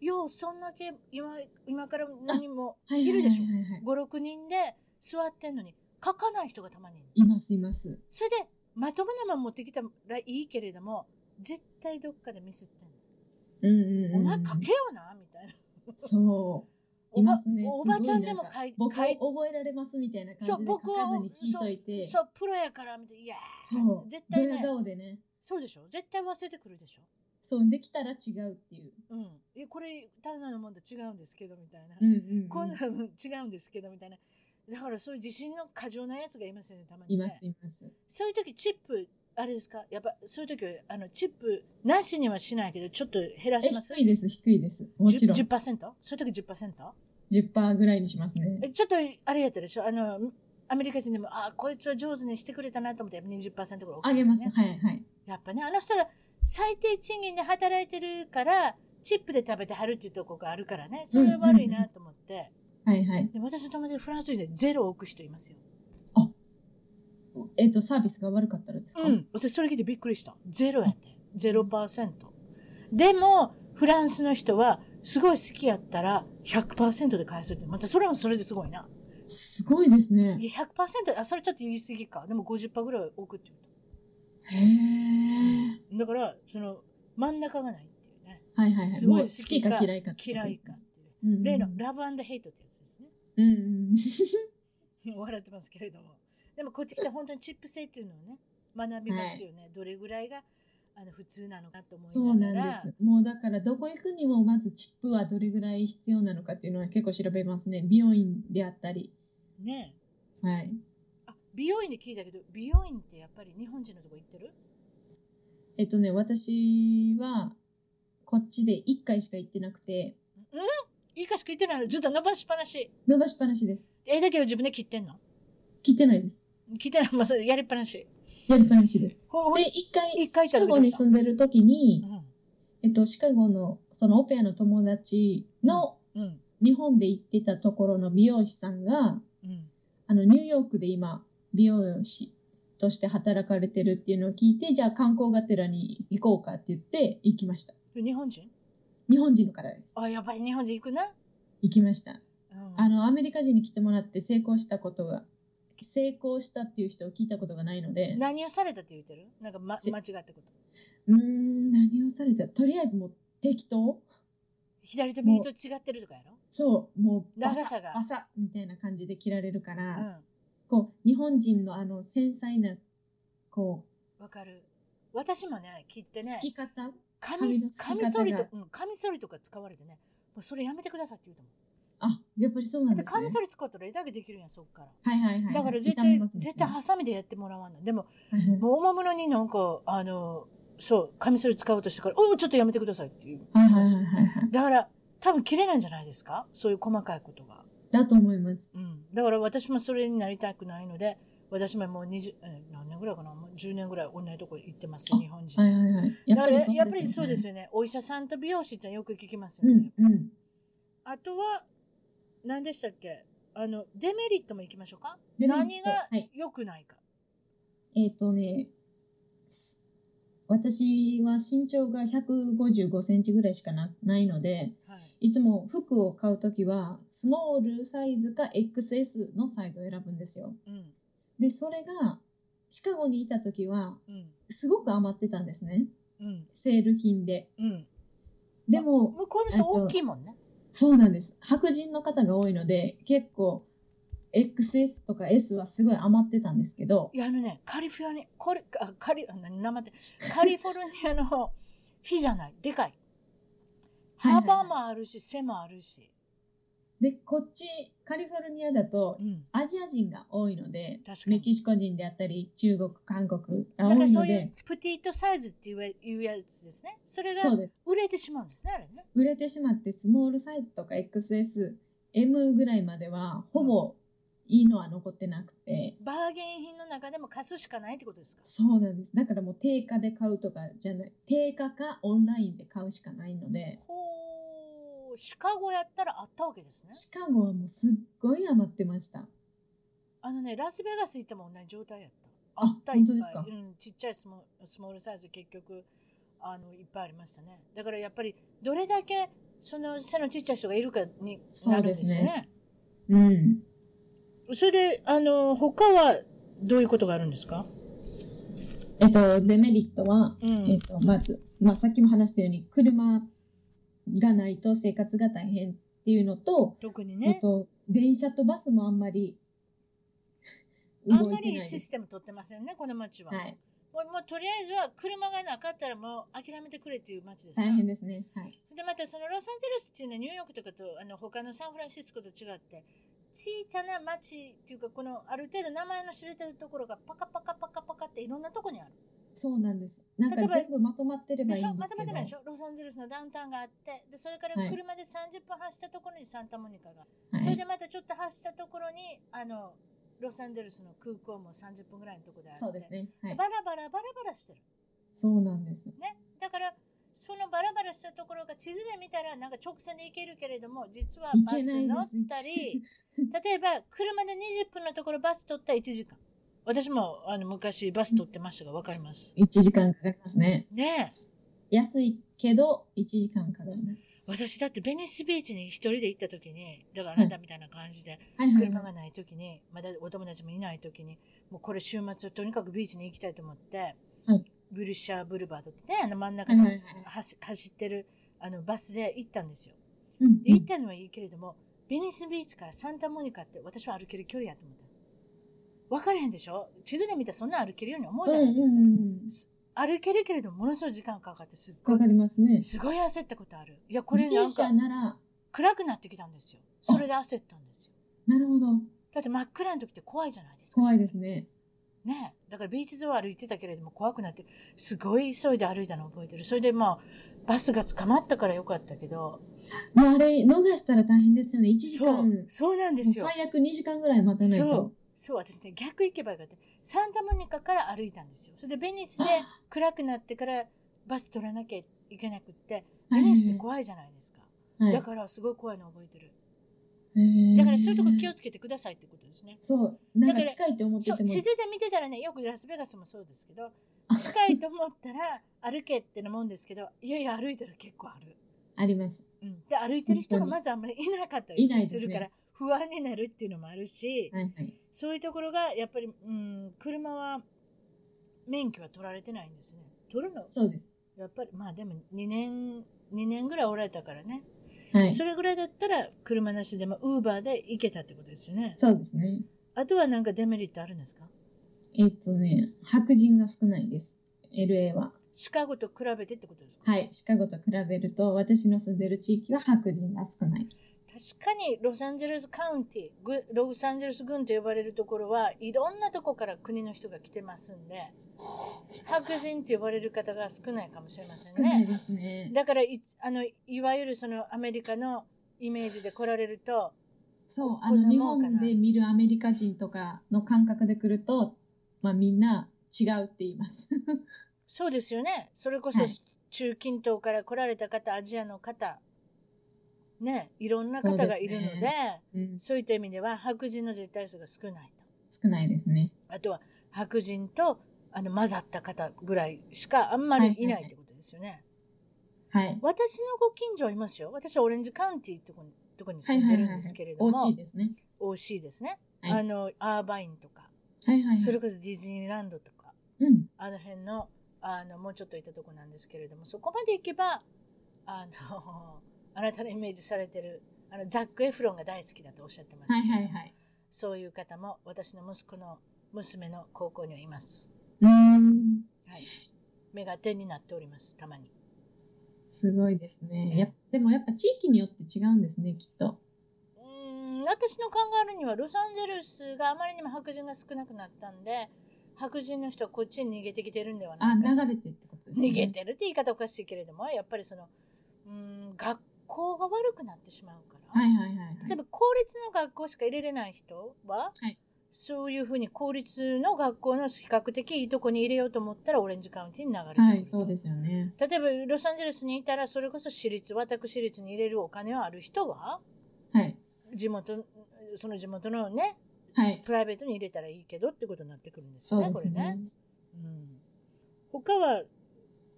ようそんだけ今今から何も
は
い
いは
る
い
でしょ。
はいはいはい
5、6人で座ってんのに書かない人がたまにいる。
います、います。
それでまともなまん持ってきたらいいけれども、絶対どっかでミスってん
うんうん
の。
う
お
ん。
前書けよなみたいな。
そう。
お
い
ば
ますね。
おばちゃんで
すごい
も
なんか
書い
僕
書い
を覚えられますみたいな
そう
感じで書
僕は
かずに聞いといて。
そうそうプロやからみたいな。いやー
そう。
絶
ド
対
ヤ
ね。
顔でね。
そうでしょ絶対忘れてくるでしょ
そう、できたら違うっていう。
うん。え、これ、単なるもんと違うんですけど、みたいな。
うんうん、うん。
こんなの違うんですけどみたいな。だからそういう自信の過剰なやつがいますよね、たまに、
い
ね。
ます、います。
そういう時チップ、あれですかやっぱそういう時は、あの、チップなしにはしないけど、ちょっと減ら
え、
します。
低いです、低いです。もちろん。
10 10%? そういう時 10%?
10%ぐらいにしますね。
えちょっとあれやったでしょあの、アメリカ人でも、あ、こいつは上手にしてくれたなと思って20%ぐらい、
あげます。。はい、はい。
やっぱね、あの人ら最低賃金で働いてるから、チップで食べてはるっていうとこがあるからね、それは悪いなと思って。
はい、はい。
でも私の友達フランス人でゼロを置く人いますよ。
えっ、と、サービスが悪かったらですか、
うん、私それ聞いてびっくりした。ゼロやって。ゼロパーセント。でも、フランスの人は、すごい好きやったら100%で返すって。またそれもそれですごいな。
すごいですね。
いや、100%、あ、それちょっと言い過ぎか。でも50%ぐらいは置くって言
へえ。
うと。だから、その、真ん中がないっていうね。
はいはいはい。
すごい
もう好きか嫌いかってこと
嫌
で
い
す
か
ね
っていう。
うんうん、
例の、ラブヘイトってやつですね。
うんうん。
笑ってますけれども。でもこっち来て本当にチップ制っていうのをね、学びますよね。どれぐらいが、あの、普通なのかと思いな
そう
が
な
ら。
んです。もうだからどこ行くにもまずチップはどれぐらい必要なのかっていうのは結構調べますね。美容院であったり。
ねえ。
はい。
あ美容院で聞いたけど美容院ってやっぱり日本人のとこ行ってる
えっとね、私はこっちで1回しか行ってなくて、
いいかしか行ってないのずっと伸ばしっぱなし
伸ばしっぱなしです。
えだけを自分で切ってんの
切ってないです。
切ってないまあ、それやりっぱなし
やりっぱなしです。
ほほ
で、一回、
一回行っ
シ
た
カ
らど
ゴ
うでし
に
た
住んでる時に、
う
えっと、シカゴの、そのオペアの友達の、
んうん
日本で行ってたところの美容師さんが、
うん
あの、ニューヨークで今、美容師として働かれてるっていうのを聞いて、じゃあ観光がてらに行こうかって言って、行きました。
日本人
日本人の方です。
あやっぱり日本人行くな、
行きました。
うん、
あの、アメリカ人に来てもらって成功したことが、成功したっていう人を聞いたことがないので、
何をされたって言ってるなんか、ま、
せ
間違ったこと
うーん、何をされたとりあえずもう適当
左と右と違ってるとかやろ
そう、もうバサ、
長さが
バサみたいな感じで切られるから、
う
こう、日本人のあの、繊細な、こ
んわかる私もね切って
う、
ね
好き方
カミ
髪の
カ
付き方が
ミソリと、うん、カミソリとか使われてね、もうそれやめてくださいって言うと思う。
あ、やっぱりそうなん
だ
で
って
す
カ
ね
ミ。ソリ使ったら枝毛できるやん、そっから。
はいはいはい。
だから絶
痛
対、
みますね
絶対ハサミでやってもらわない。でも、
はいはい
もうおもむろになんか、あの、そう、カミソリ使おうとしてから、おうちょっとやめてくださいっていう。
はいはいはいはいはい。
だから、多分切れないんじゃないですかそういう細かいことが。
だと思います。
うん。だから私もそれになりたくないので、私ももう20、え何年ぐらいかなもう ?10 年ぐらい同じとこ行ってます、
あ
日本人。
はいはいはい。やっぱり
だ
そ
から
うですよね。
やっぱりそうですよね。お医者さんと美容師ってよく聞きますよ
う
ね。
んうん。
あとは、何でしたっけあの、デメリットも行きましょうか
デメリット
何が
はい
良くないか。
えっ、とね、す私は身長が155センチぐらいしかなないので、
はい。
いつも服を買うときは、スモールサイズか XS のサイズを選ぶんですよ。
うん。
で、それが、シカゴにいたときは、
うん。
すごく余ってたんですね。
うん。
セール品で。
うん。
でも、
向こうの人大きいもんね。
そうなんです。白人の方が多いので、結構、XS とか S はすごい余ってたんですけど、
いや、あのね、カリフォルニア、これ、あカリ、あ何 名前って、カリフォルニアの方、火じゃない、でかい。
はいはいはい
幅もあるし、背もあるし。
で、こっち、カリフォルニアだと
う、ん。
アジア人が多いので
確、かに
メキシコ人であったり、中国、韓国
だ
が多
か
い
らそ
の
ういう
で、
プティートサイズっていうやいうやつですね。それが
そうです。
売れてしまうんですね、あれね。
売れてしまって、スモールサイズとか XS、M ぐらいまでは、ほぼいいのは残ってなくて、
バーゲン品の中でも貸すしかないってことですか。
そうなんです。だからもう定価で買うとかじゃない、定価かオンラインで買うしかないので、
ほう、シカゴやったらあったわけですね。
シカゴはもうすっごい余ってました。
あのね、ラスベガス行っても同じ状態やった。
あ
った
本当ですか
うん、ちっちゃいスモスモールサイズ結局あのいっぱいありましたね。だからやっぱりどれだけその背のちっちゃい人がいるかに
そ
なる
うん
で
ですす
よ
ね
ね。
うん。
それであの他はどういうことがあるんですか？
えっと、デメリットは、
うん
えっと、まず、まあ、さっきも話したように、車がないと生活が大変っていうのと、
特に
え
ね
っ、と、電車とバスもあんまり
あん
動い
ま
て
りい
ないい
シ
で
ス
す。
テム取ってませんねこの町は。
はい。
もうもうとりあえずは車がなかったらもう諦めてくれっていう町ですね。
大変ですね。はい。
でまたそのロサンゼルスっていうのはニューヨークとかとあの他のサンフランシスコと違って小さな町っていうかこのある程度名前の知れてるところがパカパカパカパカっていろんなとこにある
そうなんです。なん
例えば
か全部まとまってれば
で
いい
しょ
ん
ま
で
と
すけ
め
ど。
てないでしょロサンゼルスのダウンタウンがあってでそれから
はい
車で30分走ったところにサンタモニカが、
はい
それでまたちょっと走ったところにあのロサンゼルスの空港も30分ぐらいのところであって
そうですね。はい。
バラバラバラバラしてる
そうなんです。
ね、だからそのバラバラしたところが地図で見たらなんか直線で行けるけれども実はバ
行けない
ス
です
乗った り例えば車で20分のところバス取ったら1時間私もあの昔バス取ってましたが分かります
1時間かかりますね。
ねえ
安いけど、1時間かかる。
私だってベニスビーチに一人で行った時にだからあなたみたいな感じで
はいはい
車
はい。
がない時にまだお友達もいない時にもうこれ週末とにかくビーチに行きたいと思って、
はい
ブルシャーブルバードってねあの真ん中
はい
に
はいはい。
走走ってるあのバスで行ったんですよ
うん
で行ったのはいいけれども、ベニスビーチからサンタモニカって私は歩ける距離やと思った。分からへんでしょ地図で見たらそんな歩けるように思うじゃないですか。
うんうんうんうん
歩けるけれども、ものすごい時間かかってすっご
かかりますね
い、。すごい焦ったことある。いや、これ
自
なん
転
か
車なら、
暗くなってきたんですよ。それで焦ったんですよ。
なるほど。
だって真っ暗の時って怖いじゃないですか。
怖いですね。
ねえだからビーチ沿い歩いてたけれども怖くなって、すごい急いで歩いたのを覚えてる。それでまあ、バスが捕まったからよかったけど、
もうあれ、逃したら大変ですよね。1時間、
そ
もう
う、そうなんですよ。
最悪2時間ぐらい待たない
そう
と。
そう私ね逆行けばよかったサンタモニカから歩いたんですよそれでベニスで暗くなってからバス取らなきゃいけなくって
は
ベ
い
ニスって怖いじゃないですか、
はい
だからすごい怖いの覚えてる
へー
だからそういうとこ気をつけてくださいってことですね
そう、なん
だ
か
から
近いと思って
そう
て
地
も、
図で見てたらねよくラスベガスもそうですけ ど近いと思ったら歩けってのもんですけどいやいや歩いたら結構ある、
あります。
うん、で歩いてる人が
本当に
まずあんまりいなかった
いない
り
です
す
ね
るから不安になるっていうのもあるし、
はいはい。
そういうところがやっぱり、うん、車は免許は取られてないんですね。取るの
そうです。
やっぱりまあでも2年2年ぐらいおられたからね、
はい。
それぐらいだったら車なしでもウーバーで行けたってことですよね。
そうですね。
あとはなんかデメリットあるんですか
えっとね、白人が少ないです。 LA は。
シカゴと比べてってことですか
はい、シカゴと比べると、私の住んでる地域は白人が少ない。
確かにロサンゼルスカウンティぐロサンゼルス郡と呼ばれるところはいろんなとこから国の人が来てますんで白人と呼ばれる方が少ないかもしれませ
少
ん
ない
ね
ですね。
だからいあのいわゆるそのアメリカのイメージで来られると
そう、あ
こん
の、
な
日
もんかな
本で見るアメリカ人とかの感覚で来ると、まあみんな違うって言います。
そうですよねそれこそ
はい
中近東から来られた方アジアの方ねいろんな方がいるので
そ
そううい
で
った意味では白人の絶対数が少ないと
少ないですね。
あとは白人とあの混ざった方ぐらいしかあんまりいないってことですよね、
はい。
私のご近所はいますよ私はオレンジカウンティーってとこにとこに
は
住
い
ん
は
で
い
る
はい
ん
はい
ですけれ。ども、
惜しいですね。
OC ですね、
はい
あのアーバインとか、
はいはいはい。
それこそディズニーランドとか
うん。
あの辺のあのもうちょっといたとこなんですけれどもそこまで行けばあの あなたのイメージされてるあのザック・エフロンが大好きだとおっしゃってました
は
け
い
れども、
はいはい。
そういう方も私の息子の娘の高校にはいます、
うーん。
はい、目が点になっておりますたまに
すごいですね。やっでもやっぱ地域によって違うんですね、きっと。
うーん私の考えるにはロサンゼルスがあまりにも白人が少なくなったんで白人の人はこっちに逃げてきてるんでは
あ、
ないか
流れてってことですね。
逃げてるって言い方おかしいけれどもやっぱりそのうーん学校が悪くなってしまうから、
はいはいはいはい。
例えば公立の学校しか入れれない人は、
はい
そういうふうに公立の学校の比較的いいとこに入れようと思ったらオレンジカウンティーに流れてくる、
はい、そうですよね。
例えばロサンゼルスにいたらそれこそ私立私立に入れるお金はある人は
はい。
地元その地元のね
はい。
プライベートに入れたらいいけどってことになってくるんです
そ
よね
うで
こ
す
れ
ね
ね。。うん、他は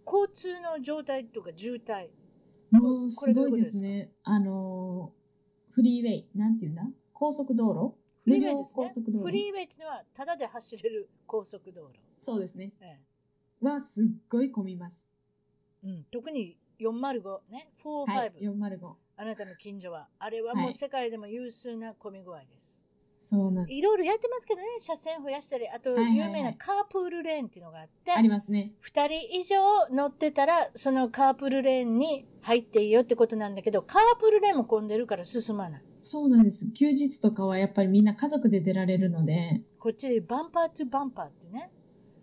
交通の状態とか渋滞
もう
こ
す
れどう
ご
い
い
ことで
うで
す
す
か
ね。あのー、フリーウェイ、なんていうんだ高速道路
フリーウェイです
高
ね
速道
フ
路
リーウェイっていうのはただで走れる高速道路、
そうですね。
え
は、すっごい混みます。
えうん、特に405ね45、
はい。405。
あなたの近所はあれはも
は
う
い
世界でも有数な混み具合です、
そうなん
い、ろいろやってますけどね車線増やしたりあと
はいはいは
有
い
名なカープールレーンっていうのがあって、
ありますね。
2人以上乗ってたらそのカープルレーンに入っていいよってことなんだけどカープルレーンも混んでるから進まない
そうなんです。休日とかはやっぱりみんな家族で出られるので、
こっちでバンパートゥバンパーってね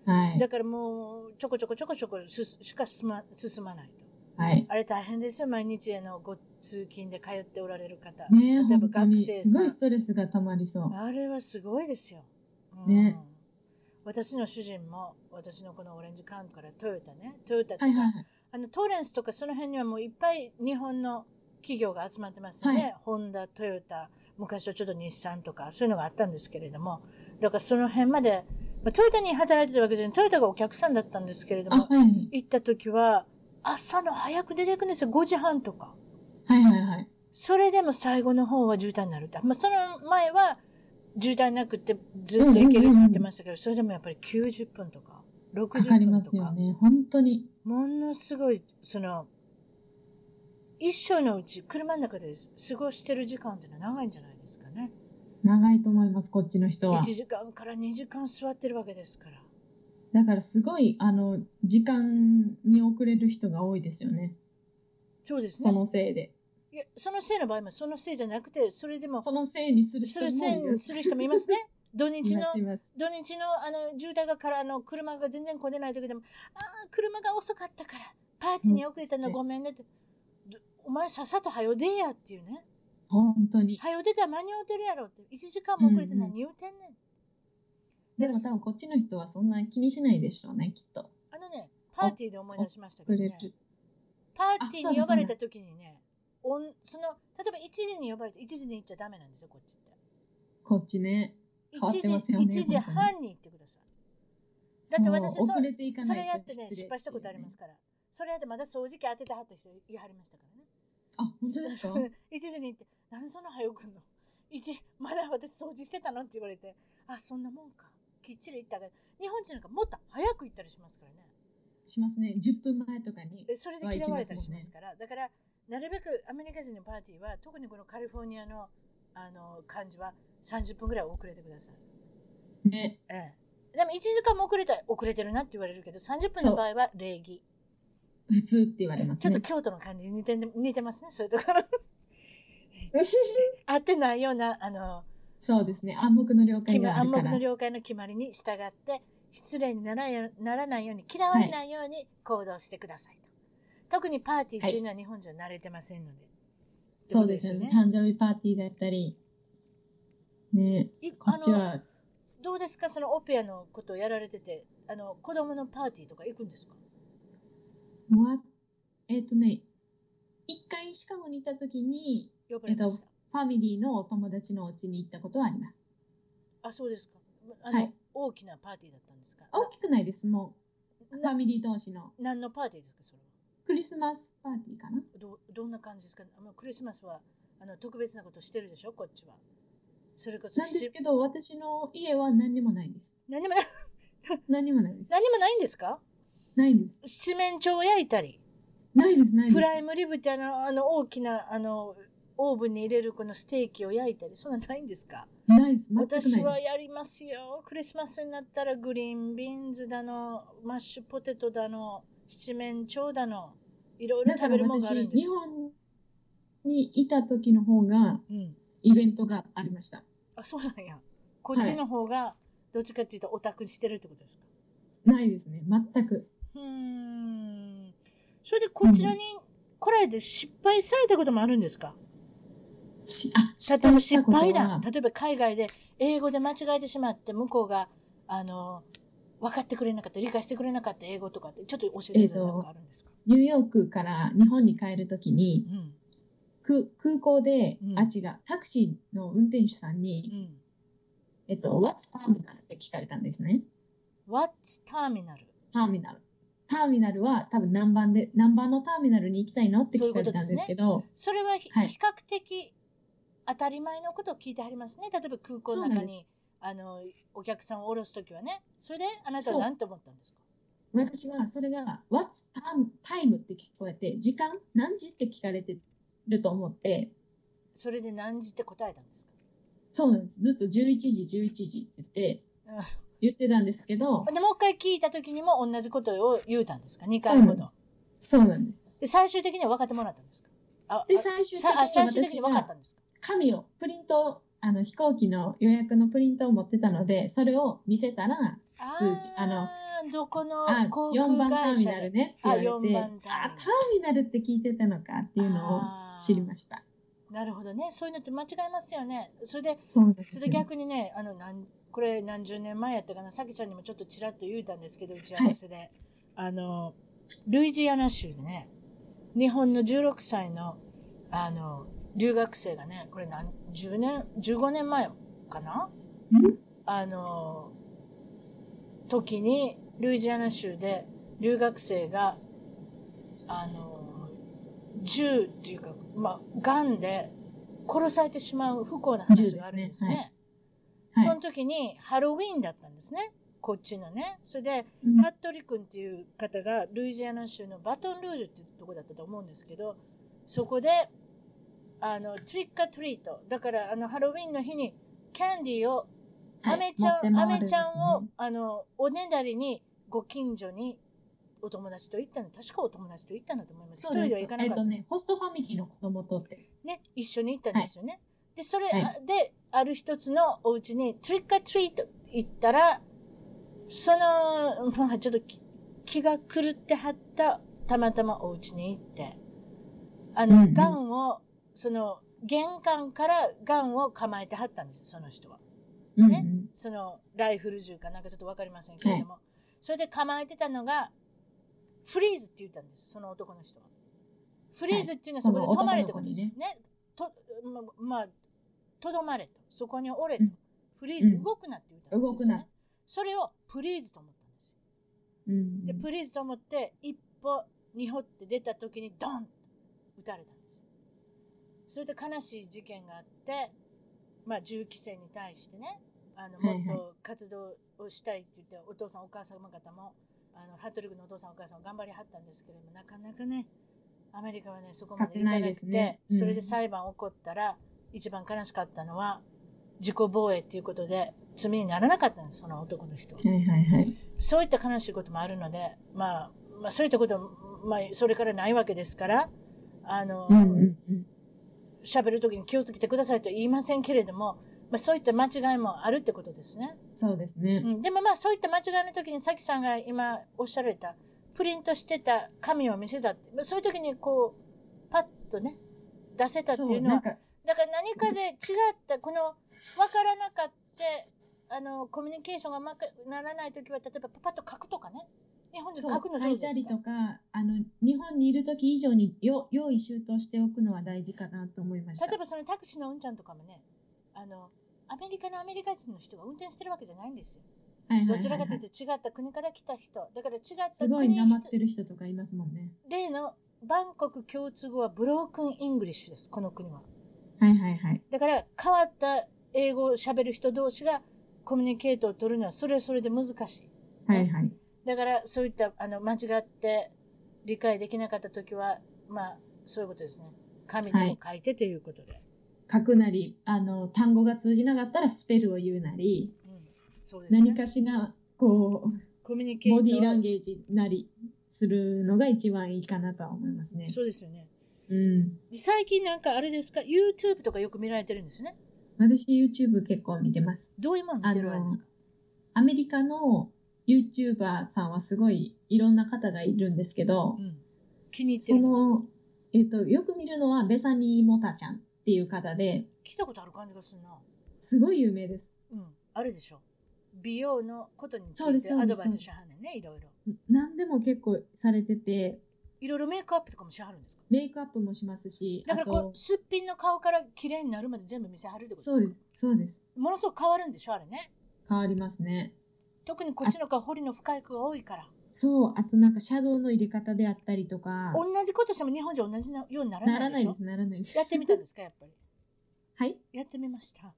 はい。
だからもうちょこちょこちょこちょこすしか進ま進まないと
はい。
あれ大変ですよ毎日あのご通勤で通っておられる方、
ねえ、
例えば
本当
学
に、
生
す
さ
ごい
ん
ストレスが溜まりそう。
あれはすごいですよ、うん
ね
私の主人も私のこのオレンジカウントからトヨタねトヨタとか、
はいはいはい。
あのトーレンスとかその辺にはもういっぱい日本の企業が集まってますよね、
はい
ホンダトヨタ昔はちょっと日産とかそういうのがあったんですけれどもだからその辺まで、まあ、トヨタに働いてたわけじゃないトヨタがお客さんだったんですけれど
あ、
も
はい。
行った時は朝の早く出ていくんですよ5時半とか
はいはいはい。
それでも最後の方は渋滞になるって、まあ、その前は渋滞なくてずっと行けるって言ってましたけど、それでもやっぱり90分とか60分とか
かかりますよね。本当に。
ものすごいその一生のうち車の中で過ごしてる時間っていうのは長いんじゃないですかね
長いと思います、こっちの人は
1。時間から2時間座ってるわけですから
だからすごい、あの、時間に遅れる人が多いですよね。
そうですね
そのせいで。
いやそのせいの場合もそのせいじゃなくてそれでも
そのせいにする
す
人
るせい
もいる
に。する人 もいますね土
い
日の
ます、います。
土日のあの渋滞がからあの車が全然来れない時でもああ車が遅かったからパーティーに遅れたのごめんねって、どお前さっさと早よ出えやっていうね
本当に。
早よ出たら間に合うてるやろって1時間も遅れて何言うてんねん、
でも多分こっちの人はそんな気にしないでしょうね、きっと。
あのね、パーティーで思い出しましたけ
遅
ど
れ
ね、
る。
パーティーに呼ばれた時にね、おんその例えば1時に呼ばれて1時に行っちゃダメなんですよ、こっちって。
こっちね。変わってますよね
1時 ,1 時
本当に
半に行ってください。だって私
そう
そ
遅れていかないと
それやってね、
失礼
失敗したことあります
っ
から。それやってまだ掃除機当ててはった人言い張りましたからね。
ていうね。あ、本 当ですか
1時に行って、何そんな早く来んの一まだ私掃除してたのって言われて、あ、そんなもんか。きっちり行ったが、日本人なんかもっと早く行ったりしますからね。
しますね。10分前とかに。
えそれで
は
嫌われた
い
り
け
し
ま
ますすから、だからなるべくアメリカ人のパーティーは特にこのカリフォルニアのあの感じは30分ぐらい遅れてください、
ね。
ええでも1時間も遅れたら遅れてるなって言われるけど、30分の場合は礼儀。
普通って言われます
ちょっ
ね。
と京都の感じに似てんで似てますね、そういうところ。 合ってないような、あの、
そうですね。暗黙の了解
決
が
ま
ある
暗
か
黙
ら。
の了解の決まりに従って失礼にならやならないように嫌われないように行動してくださいと、特にパーティーっていうのは日本人は慣れてませんので、
そうですよね。誕生日パーティーだったり。ね
い
こ
あ
っち
の
は、
どうですかそのオペアのことをやられててあの子供のパーティーとか行くんですか
わ、えっ、とね、一回シカゴに行った時に、
呼ばれました、
ファミリーのお友達のお家に行ったことはあります。
あそうですかあの、
はい
大きなパーティーだったんですか
大きくないです。もう、フ
な
ァミリー同士の
何のパーティーですかそれは
クリスマスパーティーかな。
どどんな感じですかあのクリスマスはあの特別なことしてるでしょこっちはそれこそ
なんですけど、私の家は何にもないです。
何も
何にもないです。
何もないんですか
ないです。
七面鳥を焼いたり、
ないです、ないです。
プライムリブってあの、あの大きな、あの、オーブンに入れるこのステーキを焼いたり、そんなないんですか
ないです。全くないです。
私はやりますよ。クリスマスになったらグリーンビーンズだの、マッシュポテトだの、七面鳥だの、いろいろ
だ
食
か
べ
ら
るものがある
私、
んです
日。本にいた時の方が、
うん。
イベントがありました。
あ、そうなんや。こっちの方が、どっちかっていうとオタクしてるってことですか、
ないですね。全く。
うーん。それでこちらに来られて失敗されたこともあるんですか
し
例え
あ、失
ば
敗した
失
こと
敗だ
は。
例えば海外で英語で間違えてしまって向こうがあの分かってくれなかった理解してくれなかった英語とかってちょっと教えてくれるのがあるんですか、
ニューヨークから日本に帰るときに、
うん
く空港で、
うん
あ違う、タクシーの運転手さん
う
に、
ん、
えっと、What's Terminal? って聞かれたんですね。
What's terminal?
ターミナル。ターミナルは多分何番で、何番のターミナルに行きたいのって聞かれたんですけど、
それはひ、
はい
比較的当たり前のことを聞いてはりますね例えば空港の
そうな
中
んで
に
す
あのお客さんを降ろすときはねそれであなたは
そう
何て思ったんですか
私はそれが What's time? タイムって聞こえて、時間何時って聞かれてると思って、
それで何時って答えたんですか
そうなんです。ずっと11時、11時って言って
うん、
言ってたんですけど、
でもう一回聞いたときにも同じことを言うたんですか2
そ
回
うな
ほ
ん
ど
です。そうなんです。
で最終的には分かってもらったんですかああ
で、最終的
さあ最終
に
的
私
に分かった
が
んですか
紙を、プリントを、あの飛行機の予約のプリントを持ってたので、それを見せたら、通じあの
ーどこの
あ、
航
4
空
番タ
会
ーミ
社
ナル
で
ねって言われて、あ、
あ
ター
四番ターミナル
ミナルって聞いてたのかっていうのを知りました。
なるほどねそういうのって間違いますよねそれで
そうなんで
それ
す
で
よ。
逆にねあのなんこれ何十年前やったかなさきちゃんにもちょっとちらっと言うたんですけど打ち合わせで、あのルイジアナ州でね日本の16歳のあの留学生がねこれ何10年15年前かな
うん
あの時にルイジアナ州で留学生があの銃っていうかまあガンで殺されてしまう不幸な話があるんですね。
銃ですねはい
その時にハロウィーンだったんですねこっちのね。それで
うん
ハットリ君っていう方がルイジアナ州のバトンルージュっていうとこだったと思うんですけどそこであのトリックアトリートだからあのハロウィンの日にキャンディーを
はい
アメちゃん、
持
ア
って回るや
メ
つね
ちゃんを、あのおねだりにご近所にお友達と行ったの確かお友達と行ったんだと思います一
そう
人で
で
すは行か
え
な
っ
かった、
とね、ホストファミリーの子供とって。
ね一緒に行ったんですよね、でそれ、
はい
である一つのお家にトリックアトリート行ったらそのまあちょっとき気が狂ってはったたまたまお家に行ってあの、
うんうん
ガンをその玄関からガンを構えてはったんですその人は。
うん
ねそのライフル銃かなんかちょっと分かりませんけれども、それで構えてたのがフリーズって言ったんですその男の人はフリーズっていうのはそこで
はい
止まれってことです、
この
ね
男
とままあとどまれとそこにおれと、
うん
フリーズ
うん
動くなって言った
動くな
それをプリーズと思ったんですよ
うんうん
でプリーズと思って一歩二歩って出た時にドンと撃たれたんですよそれで悲しい事件があって、まあ、銃規制に対してねあの
は
も
いはい
っと活動をしたいって言って、お父さんお母様方もあのハットリックのお父さんお母さんも頑張りはったんですけれどもなかなかねアメリカはねそこまでいかなくて
勝てないですねうん
それで裁判起こったら一番悲しかったのは自己防衛っていうことで罪にならなかったんです、その男の人。
はいはいはい。
そういった悲しいこともあるので、まあ、まあ、そういったこと、まあ、それからないわけですから、あの、
うんうんうん。
喋るときに気をつけてくださいとは言いませんけれども、まあ、そういった間違いもあるってことですね。
そうですね
う。ん、でもまあそういった間違いの時にさきさんが今おっしゃられたプリントしてた紙を見せたってまあそういう時にこうパッとね出せたって
そ
いう
う、
のは
なんか、
だから何かで違ったこの分からなかったあのコミュニケーションがうまくならない時は例えばパパッと書くとかね日本で書
そう
くの
書
上
い
手
た
で
り
すか
とか、あの、日本にいる時以上によ用意周到しておくのは大事かなと思いました
例え。ばそのタクシーのうんちゃんとかもねあのアメリカのアメリカ人の人が運転してるわけじゃないんですよ
はいはいはいは
ど
い
ちらかというと違った国から来た人だから違った
すごい
国
なまってる人とかいますもんね。
例のバンコク共通語はブロークンイングリッシュです、この国は。
はいはいはい。
だから変わった英語を喋る人同士がコミュニケートを取るのはそれはそれで難しい。
はいはい。
だからそういったあの間違って理解できなかった時は、まあそういうことですね。紙にも書いてということで。
書くなり、あの、単語が通じなかったらスペルを言うなり、
うん、そうですね。
何かしら、こう、
コミュニケート
ボディーランゲージなりするのが一番いいかなとは思いますね。
そうですよね。
うん。
最近なんかあれですか、YouTube とかよく見られてるんですね。
私 YouTube 結構見てます。
どういうもの見てるわけですか
アメリカの YouTuber さんはすごいいろんな方がいるんですけど
う、ん、気に入って
そ
るの
の、えっと、よく見るのはベサニー・モタちゃんっていう方で、
聞いたことある感じがするな。
すごい有名です。
うん、あるでしょ。美容のことにつ
そうで
い
す
て
そう
ア
で
ド
す
バイスしはんねんね、いろいろ。
何でも結構されてて、
いろいろメイクアップとかもしはるんですか
メイクアップもしますし、
だから
あ
ことう、、すっぴんの顔から綺麗になるまで全部見せはるってこと
そうです、そうです。
ものすごく変わるんでしょ、あれね。
変わりますね。
特にこっちの顔、彫りの深い子が多いから。
そう、あとなんかシャドウの入れ方であったりとか、
同じことしても日本人同じなようになら
な
な
ら
いで
ない
しょ
です、ならないです。
やってみたんですか、やっぱり。
はい。
やってみま した。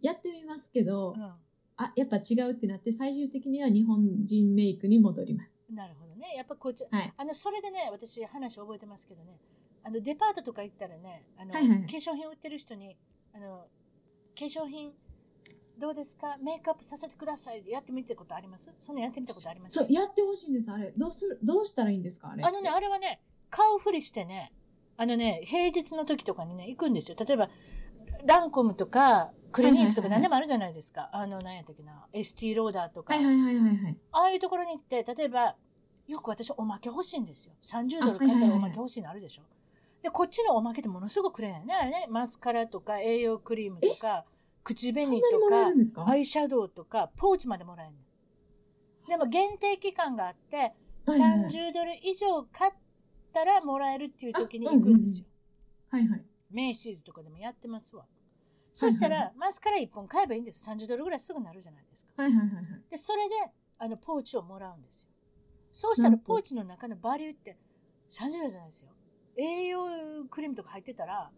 やってみますけど、
う
あ、やっぱ違うってなって、最終的には日本人メイクに戻ります。
ん。なるほどね。やっぱこっち、
はい。
あの、それでね、私話覚えてますけどね、あの、デパートとか行ったらね、あの、
はいはい
化粧品売ってる人に、あの、化粧品、どうですかメイクアップさせてください。やってみたことありますそんなやってみたことあります
そう、やってほしいんです、あれ。どうする、どうしたらいいんですか、あれって。
あのね、あれはね、顔振りしてね、あのね、平日の時とかにね、行くんですよ。例えば、ランコムとか、クリニックとか
はいはいはいは
何
い
でもあるじゃないですか。あの、何やったっけな、ST ローダーとか。
はいはいはいはいはい。
ああいうところに行って、例えば、よく私おまけ欲しいんですよ。30ドル買ったらおまけ欲しいのあるでしょ。で、こっちのおまけってものすごくくれないね。あれね、マスカラとか栄養クリームとか、口
そんな
紅
に
と
もらえるん
か、
ですか
アイシャドウとか、ポーチまでもらえるの。でも限定期間があって、
はいはいはい
30ドル以上買ったらもらえるっていう時に行くんですよ。
はいはい。
メイシーズとかでもやってますわ。そした
はい
ら、マスカラ1本買えばいいんです。30ドルぐらいすぐなるじゃないですか。
はいはいはいはい。
で、それで、あの、ポーチをもらうんですよ。そうしたら、
なんと
ポーチの中のバリューって30ドルじゃないですよ。栄養クリームとか入ってたら、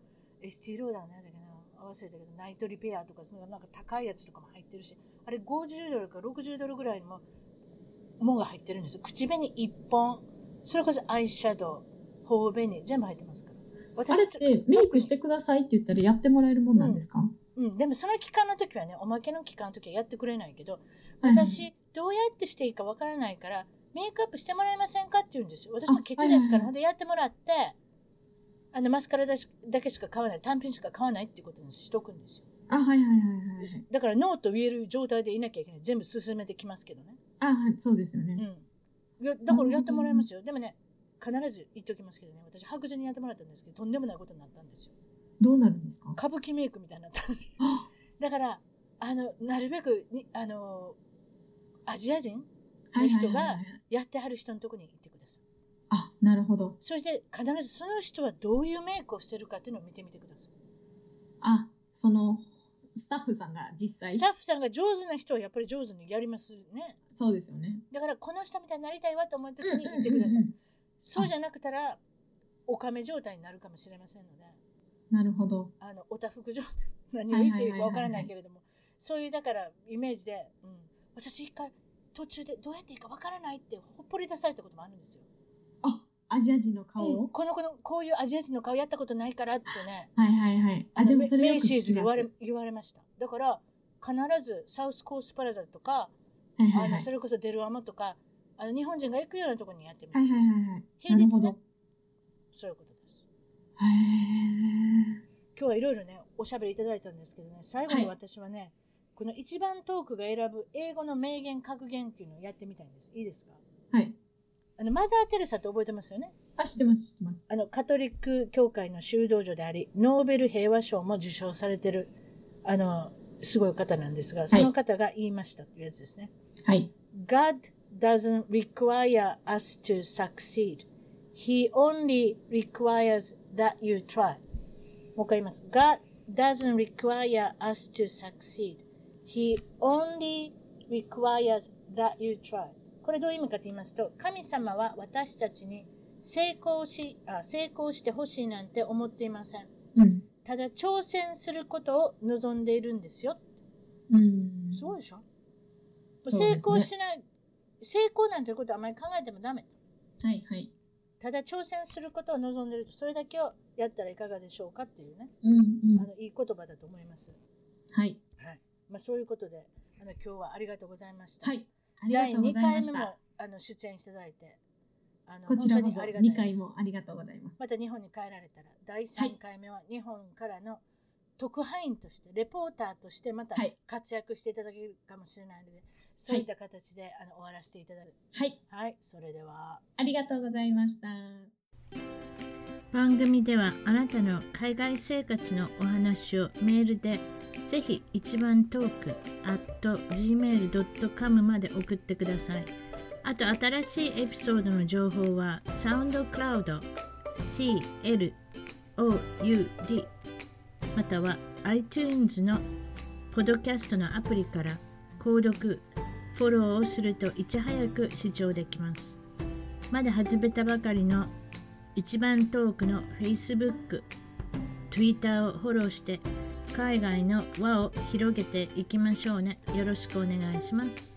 エスティローダーのやだけど、合わせたけど、ナイトリペアとか、そのなんか高いやつとかも入ってるし、あれ50ドルか60ドルぐらいのもが入ってるんですよ。口紅1本、それこそアイシャドウ、頬紅、全部入ってますから。私
あれって、メイクしてくださいって言ったらやってもらえるもんなんですか、
うん、でもその期間の時はね、おまけの期間の時はやってくれないけど、
はいはい
私、どうやってしていいかわからないから、メイクアップしてもらえませんかって言うんですよ。私もケチですから、
あはいはいはい
ほんでやってもらって、あの、マスカラだしだけしか買わない、単品しか買わないってことにしとくんですよ。
あ、はいはいはいはいはい。
だから、ノーと言える状態でいなきゃいけない。全部進めてきますけどね。
あ、はい、そうですよね。
うん。よだからやってもらいますよ。でもね、必ず言っときますけどね、私、白人にやってもらったんですけど、とんでもないことになったんですよ。
どうなるんですか
歌舞伎メイクみたいになったんですよだからあのなるべくにあのアジア人
はいはい
人が
はいはいはい
やってはる人のところに行ってください
あ、なるほど。
そして必ずその人はどういうメイクをしてるかっていうのを見てみてください
あ、その、スタッフさんが実際
ス、タッフさんが上手な人はやっぱり上手にやりますね
そうですよね。
だからこの人みたいになりたいわと思う時に行
う
っ
ん
て
うん
く
うんう
ださい
ん
そうじゃなくたらおかめ状態になるかもしれませんので
なるほど。
あのおたふく状態何を言っていいかわからないけれどもそういうだからイメージで、うん、私一回途中でどうやっていいかわからないってほっぽり出されたこともあるんですよ。
あ、アジア人の顔
うん
を、
この子のこういうアジア人の顔やったことないからってね
はいはいはい。あ、でもそれ
メ
よ
イ
く
シーズに
聞き
言
ま
われ
す。
言われましただから必ずサウスコースパラダとか、
はいはい
あ
は
の
い。
それこそデルアマとかあの日本人が行くようなところにやってみる
はいはいはいはい。
平
なる
日
ほ
ね
ど。
そういうことです
へえ。
今日はいろいろねおしゃべりいただいたんですけどね最後に
は
私はね、この一番トークが選ぶ英語の名言格言っていうのをやってみたいんですいいですか
はい。
あのマザー・テレサって覚えてますよね
あ、知ってます、知ってます。
あのカトリック教会の修道女でありノーベル平和賞も受賞されてるあのすごい方なんですがその方が言いましたというやつですね、
はい。
God doesn't require us to succeed. He only requires that you try. もう一回言います。God doesn't require us to succeed. He only requires that you try. これどういう意味かと言いますと、神様は私たちに成功し、あ成功してほしいなんて思っていません。
うん。
ただ挑戦することを望んでいるんですよ。
うん。
すごいでしょ
そうです
成
ね
功しない、成功なんていうことはあまり考えてもダメ。
はいはい。
ただ挑戦することを望んでいると、それだけをやったらいかがでしょうかっていうね、
うんう
あ
ん。
のいい言葉だと思います。
はい。
はい。まあそういうことで、あの今日はありがとうございました。
はい。ありがとうございま
第2回目も
した。
あの出演していただいて、あの
こちらこ
本
そ
当にありがたい
2
です
回もありがとうございます。
また日本に帰られたら、第3回目は日本からの特派員として、レポーターとしてまた
はい
活躍していただけるかもしれないので、そういった形で、あの終わらせていただく。
はい。
はい、それでは。
ありがとうございました。
番組ではあなたの海外生活のお話をメールでぜひ一番トーク at gmail.com まで送ってくださいあと新しいエピソードの情報はサウンドクラウド CLOUD または iTunes のポッドキャストのアプリから購読フォローをするといち早く視聴できますまだ始めたばかりの一番トークの Facebook、Twitter をフォローして海外の輪を広げていきましょうね。よろしくお願いします。